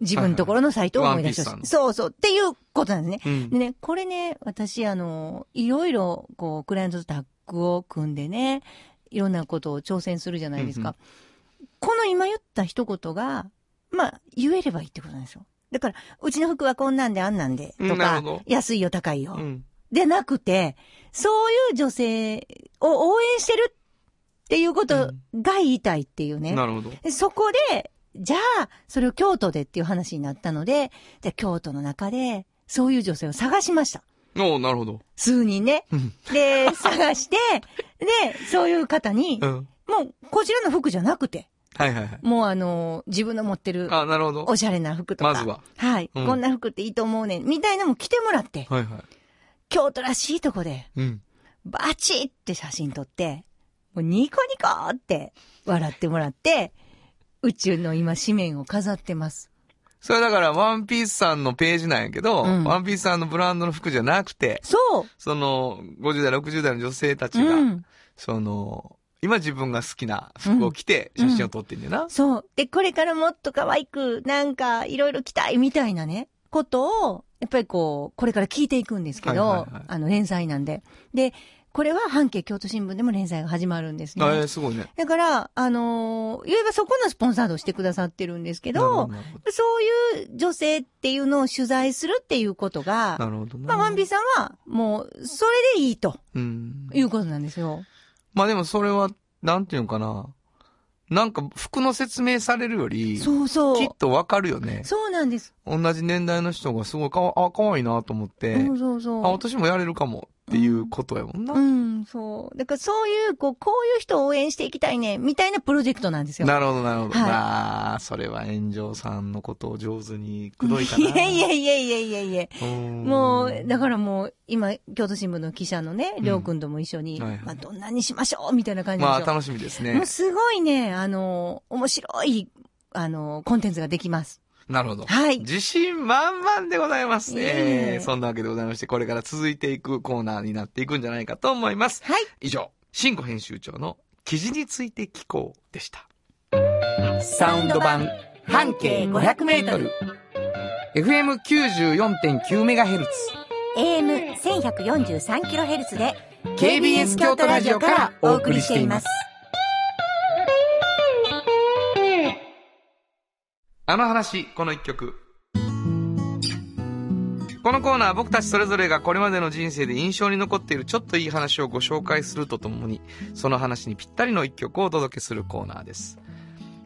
[SPEAKER 3] 自分のところのサイトを思い出してほしい。
[SPEAKER 2] はいはい
[SPEAKER 3] そうそう。っていうことなんですね。
[SPEAKER 2] うん
[SPEAKER 3] でね、これね、私、あの、いろいろ、こう、クライアントとタッグを組んでね、いろんなことを挑戦するじゃないですか。この今言った一言が、まあ、言えればいいってことなんですよ。だから、うちの服はこんなんであんなんで、
[SPEAKER 2] うん
[SPEAKER 3] と
[SPEAKER 2] なる
[SPEAKER 3] か
[SPEAKER 2] ほど、
[SPEAKER 3] 安いよ高いよ、
[SPEAKER 2] うん
[SPEAKER 3] でなくて、そういう女性を応援してるっていうことが言いたいっていうね。
[SPEAKER 2] なるほど
[SPEAKER 3] そこで、じゃあ、それを京都でっていう話になったので、じゃあ京都の中で、そういう女性を探しました。
[SPEAKER 2] おおなるほど。
[SPEAKER 3] 数人ね。 で、探して、で、そういう方に、
[SPEAKER 2] うん。
[SPEAKER 3] もう、こちらの服じゃなくて、
[SPEAKER 2] はいはいはい。
[SPEAKER 3] もうあの、自分の持ってる、
[SPEAKER 2] あなるほど。
[SPEAKER 3] おしゃれな服とか。
[SPEAKER 2] まずは。
[SPEAKER 3] はい、
[SPEAKER 2] うん
[SPEAKER 3] こんな服っていいと思うねん。みたいなのも着てもらって、
[SPEAKER 2] はいはい。
[SPEAKER 3] 京都らしいとこで、
[SPEAKER 2] うん。
[SPEAKER 3] バチって写真撮って、もうニコニコって笑ってもらって、宇宙の今紙面を飾ってます。
[SPEAKER 2] それはだから、ワンピースさんのページなんやけど、
[SPEAKER 3] うん
[SPEAKER 2] ワンピースさんのブランドの服じゃなくて、
[SPEAKER 3] そう
[SPEAKER 2] その、50代、60代の女性たちが、
[SPEAKER 3] うん
[SPEAKER 2] その、今自分が好きな服を着て写真を撮ってんだよな。
[SPEAKER 3] そう。で、これからもっと可愛く、なんか、いろいろ着たいみたいなね、ことを、やっぱりこう、これから聞いていくんですけど、
[SPEAKER 2] はいはいはい
[SPEAKER 3] あの、連載なんで。で、これは半径京都新聞でも連載が始まるんですね。
[SPEAKER 2] あえーすごいね。
[SPEAKER 3] だから、あのー、いわばそこのスポンサードをしてくださってるんですけど、
[SPEAKER 2] なるほど
[SPEAKER 3] そういう女性っていうのを取材するっていうことが、
[SPEAKER 2] なるほど
[SPEAKER 3] まあ、ワンピ
[SPEAKER 2] ー
[SPEAKER 3] ーさんは、もう、それでいいと
[SPEAKER 2] ス。うん。
[SPEAKER 3] いうことなんですよ。
[SPEAKER 2] まあでもそれは、なんていうのかな。なんか服の説明されるより、
[SPEAKER 3] そうそ
[SPEAKER 2] きっ
[SPEAKER 3] う。
[SPEAKER 2] とわかるよね。
[SPEAKER 3] そうなんです。
[SPEAKER 2] 同じ年代の人がすごいかわ、あ、可愛いなと思って。
[SPEAKER 3] そうそうそう。
[SPEAKER 2] あ、私もやれるかもっていうことやもんな。
[SPEAKER 3] うん、そう。だからそういう、こう、こういう人を応援していきたいね、みたいなプロジェクトなんですよ。
[SPEAKER 2] なるほど、なるほど。
[SPEAKER 3] はい
[SPEAKER 2] まあ、それは炎上さんのことを上手に口説い た
[SPEAKER 3] い
[SPEAKER 2] な。
[SPEAKER 3] やいやいやいやいやいや
[SPEAKER 2] うん
[SPEAKER 3] もう、だからもう、今、京都新聞の記者のね、
[SPEAKER 2] ん
[SPEAKER 3] りょうくんとも一緒に、
[SPEAKER 2] はいはい
[SPEAKER 3] まあ、どんなにしましょうみたいな感じ
[SPEAKER 2] まあ、
[SPEAKER 3] でしょ。
[SPEAKER 2] 楽しみです
[SPEAKER 3] も
[SPEAKER 2] ね
[SPEAKER 3] う。すごいね、あの、面白い、あの、コンテンツができます。
[SPEAKER 2] なるほど。
[SPEAKER 3] はい。
[SPEAKER 2] 自信満々でございます。
[SPEAKER 3] いえいえ
[SPEAKER 2] えーそんなわけでございまして、これから続いていくコーナーになっていくんじゃないかと思います。
[SPEAKER 3] はい。
[SPEAKER 2] 以上、新語編集長の記事について聞こうでした。
[SPEAKER 4] サウンド版半径500メートル
[SPEAKER 2] FM94.9MHz。
[SPEAKER 3] AM1143kHz で、
[SPEAKER 4] KBS 京都ラジオからお送りしています。
[SPEAKER 2] あの話、この一曲。このコーナーは僕たちそれぞれがこれまでの人生で印象に残っているちょっといい話をご紹介するとともに、その話にぴったりの一曲をお届けするコーナーです。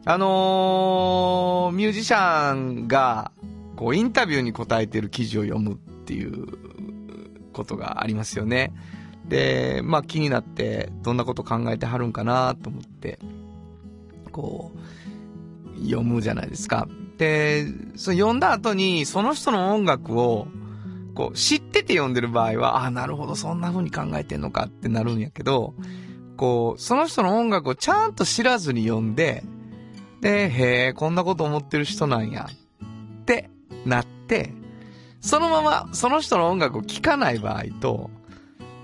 [SPEAKER 2] あのーミュージシャンが、こう、インタビューに答えてる記事を読むっていうことがありますよね。で、まあ気になって、どんなこと考えてはるんかなと思って、こう、読むじゃないですか。で、その読んだ後に、その人の音楽を、こう、知ってて読んでる場合は、ああ、なるほど、そんな風に考えてんのかってなるんやけど、こう、その人の音楽をちゃんと知らずに読んで、で、へえ、こんなこと思ってる人なんや、ってなって、そのまま、その人の音楽を聴かない場合と、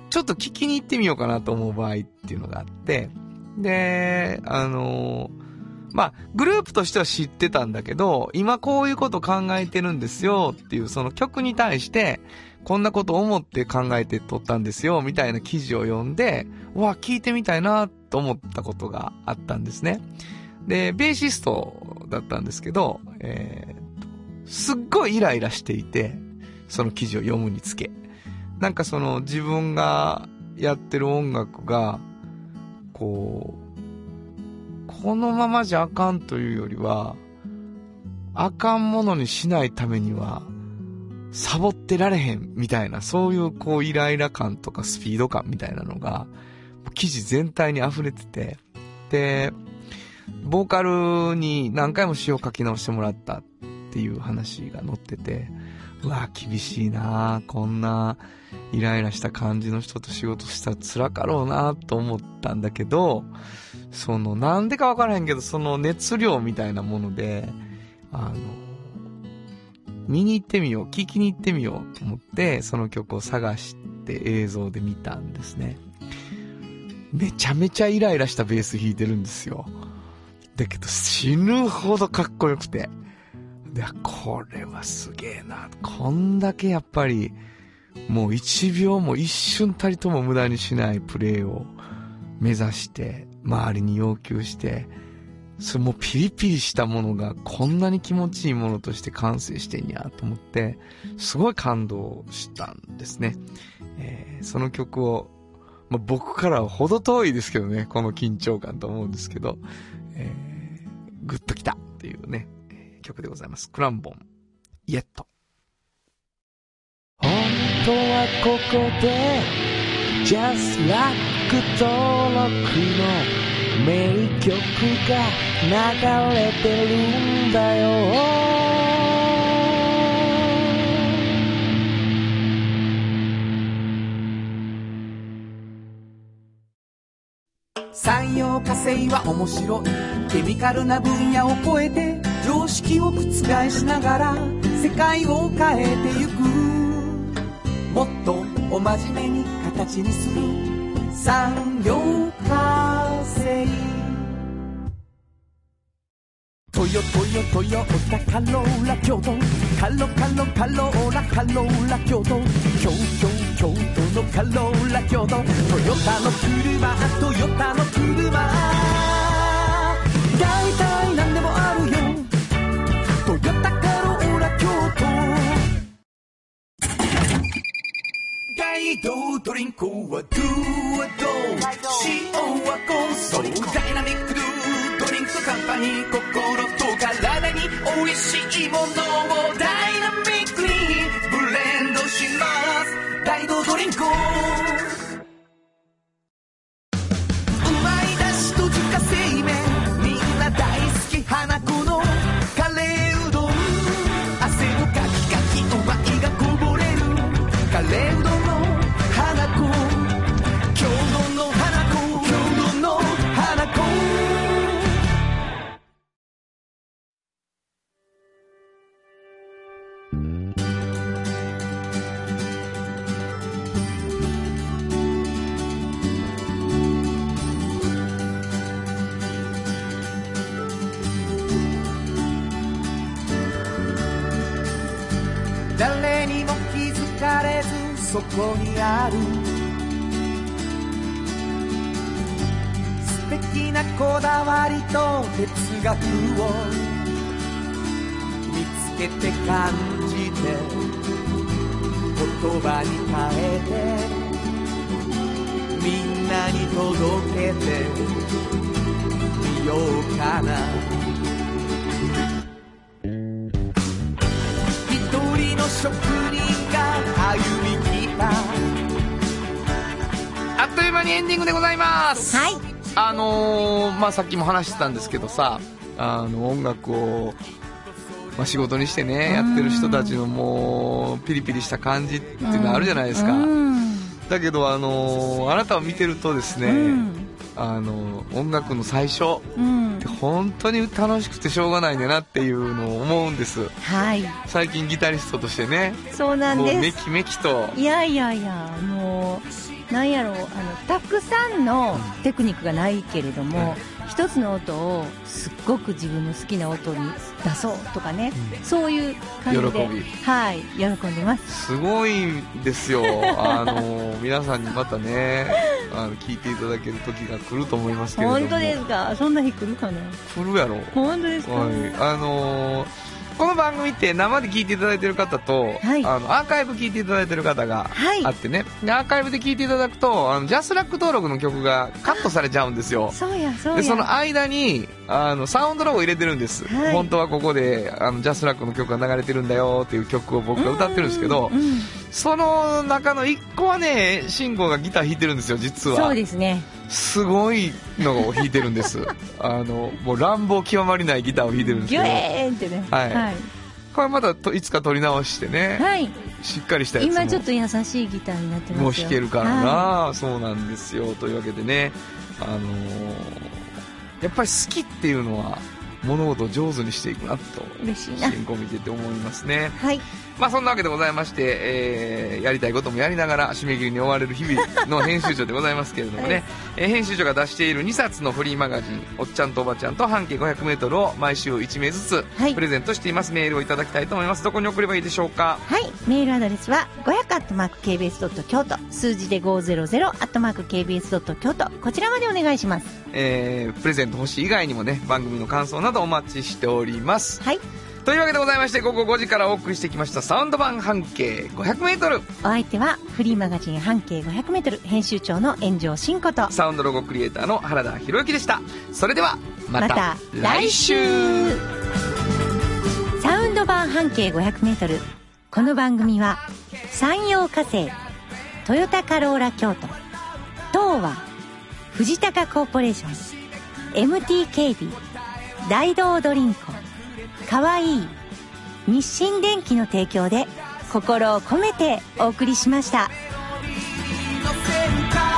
[SPEAKER 2] ちょっと聞きに行ってみようかなと思う場合っていうのがあって、で、あのまあ、グループとしては知ってたんだけど、今こういうこと考えてるんですよっていう、その曲に対して、こんなこと思って考えて撮ったんですよ、みたいな記事を読んで、うわ、聞いてみたいなと思ったことがあったんですね。で、ベーシストだったんですけど、えーとすっごいイライラしていて、その記事を読むにつけ。なんかその自分がやってる音楽が、こう、このままじゃあかんというよりは、あかんものにしないためには、サボってられへんみたいな、そういうこうイライラ感とかスピード感みたいなのが、記事全体に溢れてて、で、ボーカルに何回も詞を書き直してもらったっていう話が載ってて、うわ、厳しいなあこんなイライラした感じの人と仕事したら辛かろうなあと思ったんだけど、その、なんでかわからへんけど、その熱量みたいなもので、あの、見に行ってみよう、聞きに行ってみようと思って、その曲を探して映像で見たんですね。めちゃめちゃイライラしたベース弾いてるんですよ。だけど死ぬほどかっこよくて。で、これはすげえな。こんだけやっぱり、もう1秒も一瞬たりとも無駄にしないプレーを目指して、周りに要求して、それもうピリピリしたものがこんなに気持ちいいものとして完成してんやと思って、すごい感動したんですね。えーその曲を、まあ、僕からはほど遠いですけどね、この緊張感と思うんですけど、えーグッときたっていうね、えー曲でございます。クランボン、イエット。
[SPEAKER 4] 本当はここで Just Rock 登録の名曲が流れてるんだよ産業化成は面白いケミカルな分野を超えて常識を覆しながら世界を変えてゆくもっとお真面目に形にする産業化成トヨトヨトヨタカローラ京都カロカロカローラカローラ京都京京京都のカローラ京都トヨタの車トヨタの車大体何でもあるよトヨタカローラ京都大道ドリンクはドゥはドゥ塩はコンソダイナミックドゥドリンクカンパニー心と体に美味しいものをダイナミックにブレンドします大道ドリンクうまいだしと自家製麺みんな大好き花子のカレーうどん汗をかきかきうまいがこぼれるカレーうどんの花子京都の花子京都の花子誰にも気づかれずそこにある素敵なこだわりと哲学を見つけて感じて言葉に変えてみんなに届けてみようかな一人の職人が歩み来た
[SPEAKER 2] あっという間にエンディングでございます
[SPEAKER 3] はい
[SPEAKER 2] あのーまあさっきも話してたんですけどさあの音楽を、まあ、仕事にしてねやってる人たちのもうピリピリした感じっていうのあるじゃないですか、
[SPEAKER 3] うん
[SPEAKER 2] だけど、あのーあなたを見てるとですね、
[SPEAKER 3] うん
[SPEAKER 2] あの音楽の最初
[SPEAKER 3] うん
[SPEAKER 2] って本当に楽しくてしょうがないんだなっていうのを思うんです
[SPEAKER 3] はい
[SPEAKER 2] 最近ギタリストとしてね
[SPEAKER 3] そうなん
[SPEAKER 2] もう
[SPEAKER 3] で
[SPEAKER 2] め
[SPEAKER 3] す
[SPEAKER 2] きめきと
[SPEAKER 3] いやいやいやもうなんやろうあのたくさんのテクニックがないけれども、一つの音をすっごく自分の好きな音に出そうとかね、そういう感じで
[SPEAKER 2] 喜び
[SPEAKER 3] はい喜んでます
[SPEAKER 2] すごいんですよあの皆さんにまたねあの聞いていただける時が来ると思いますけれども
[SPEAKER 3] 本当ですかそんな日来るかな
[SPEAKER 2] 来るやろ
[SPEAKER 3] 本当ですか、
[SPEAKER 2] はい、あのーこの番組って生で聞いていただいてる方と、
[SPEAKER 3] はい
[SPEAKER 2] あのアーカイブ聞いていただいてる方が
[SPEAKER 3] はい
[SPEAKER 2] あってね、でアーカイブで聞いていただくとあのジャスラック登録の曲がカットされちゃうんですよ
[SPEAKER 3] そうやそうや
[SPEAKER 2] でその間にあのサウンドロゴ入れてるんです、
[SPEAKER 3] はい
[SPEAKER 2] 本当はここであのジャスラックの曲が流れてるんだよっていう曲を僕が歌ってるんですけど、
[SPEAKER 3] うん
[SPEAKER 2] その中の1個はね慎吾がギター弾いてるんですよ実は
[SPEAKER 3] そうですね
[SPEAKER 2] すごいのを弾いてるんです あのもう乱暴極まりないギターを弾いてるんです
[SPEAKER 3] ギ
[SPEAKER 2] け
[SPEAKER 3] ュ
[SPEAKER 2] ど
[SPEAKER 3] エーンってね
[SPEAKER 2] はいこれまだといつか取り直してね、
[SPEAKER 3] はい
[SPEAKER 2] しっかりしたやつも
[SPEAKER 3] 今ちょっと優しいギターになってますよ
[SPEAKER 2] もう弾けるからな、
[SPEAKER 3] は
[SPEAKER 2] そうなんですよというわけでね、あのーやっぱり好きっていうのは物事を上手にしていくなと
[SPEAKER 3] い嬉しいな
[SPEAKER 2] 進行見てて思いますね
[SPEAKER 3] はい
[SPEAKER 2] まあそんなわけでございまして、えーやりたいこともやりながら締め切りに追われる日々の編集長でございますけれどもね、
[SPEAKER 3] はい
[SPEAKER 2] えー編集長が出している2冊のフリーマガジン「おっちゃんとおばちゃん」と「半径 500m」を毎週1名ずつ
[SPEAKER 3] はい
[SPEAKER 2] プレゼントしています、メールをいただきたいと思いますどこに送ればいいでしょうか
[SPEAKER 3] はい、メールアドレスは500 @kbs 京都数字で500 @kbs 京都こちらまでお願いします。
[SPEAKER 2] えープレゼント欲しい以外にもね番組の感想などお待ちしております
[SPEAKER 3] はい、
[SPEAKER 2] というわけでございまして午後5時からお送りしてきましたサウンド版半径 500m
[SPEAKER 3] お相手はフリーマガジン半径500メートル編集長の炎上真子と。
[SPEAKER 2] サウンドロゴクリエイターの原田博之でしたそれではまた
[SPEAKER 3] また
[SPEAKER 2] 来週
[SPEAKER 3] サウンド版半径500メートル。この番組は山陽火星、トヨタカローラ京都、東和、藤高コーポレーション、MT 警備、大道ドリンク、かわいい、日清電機の提供で心を込めてお送りしました。
[SPEAKER 4] 乗せるか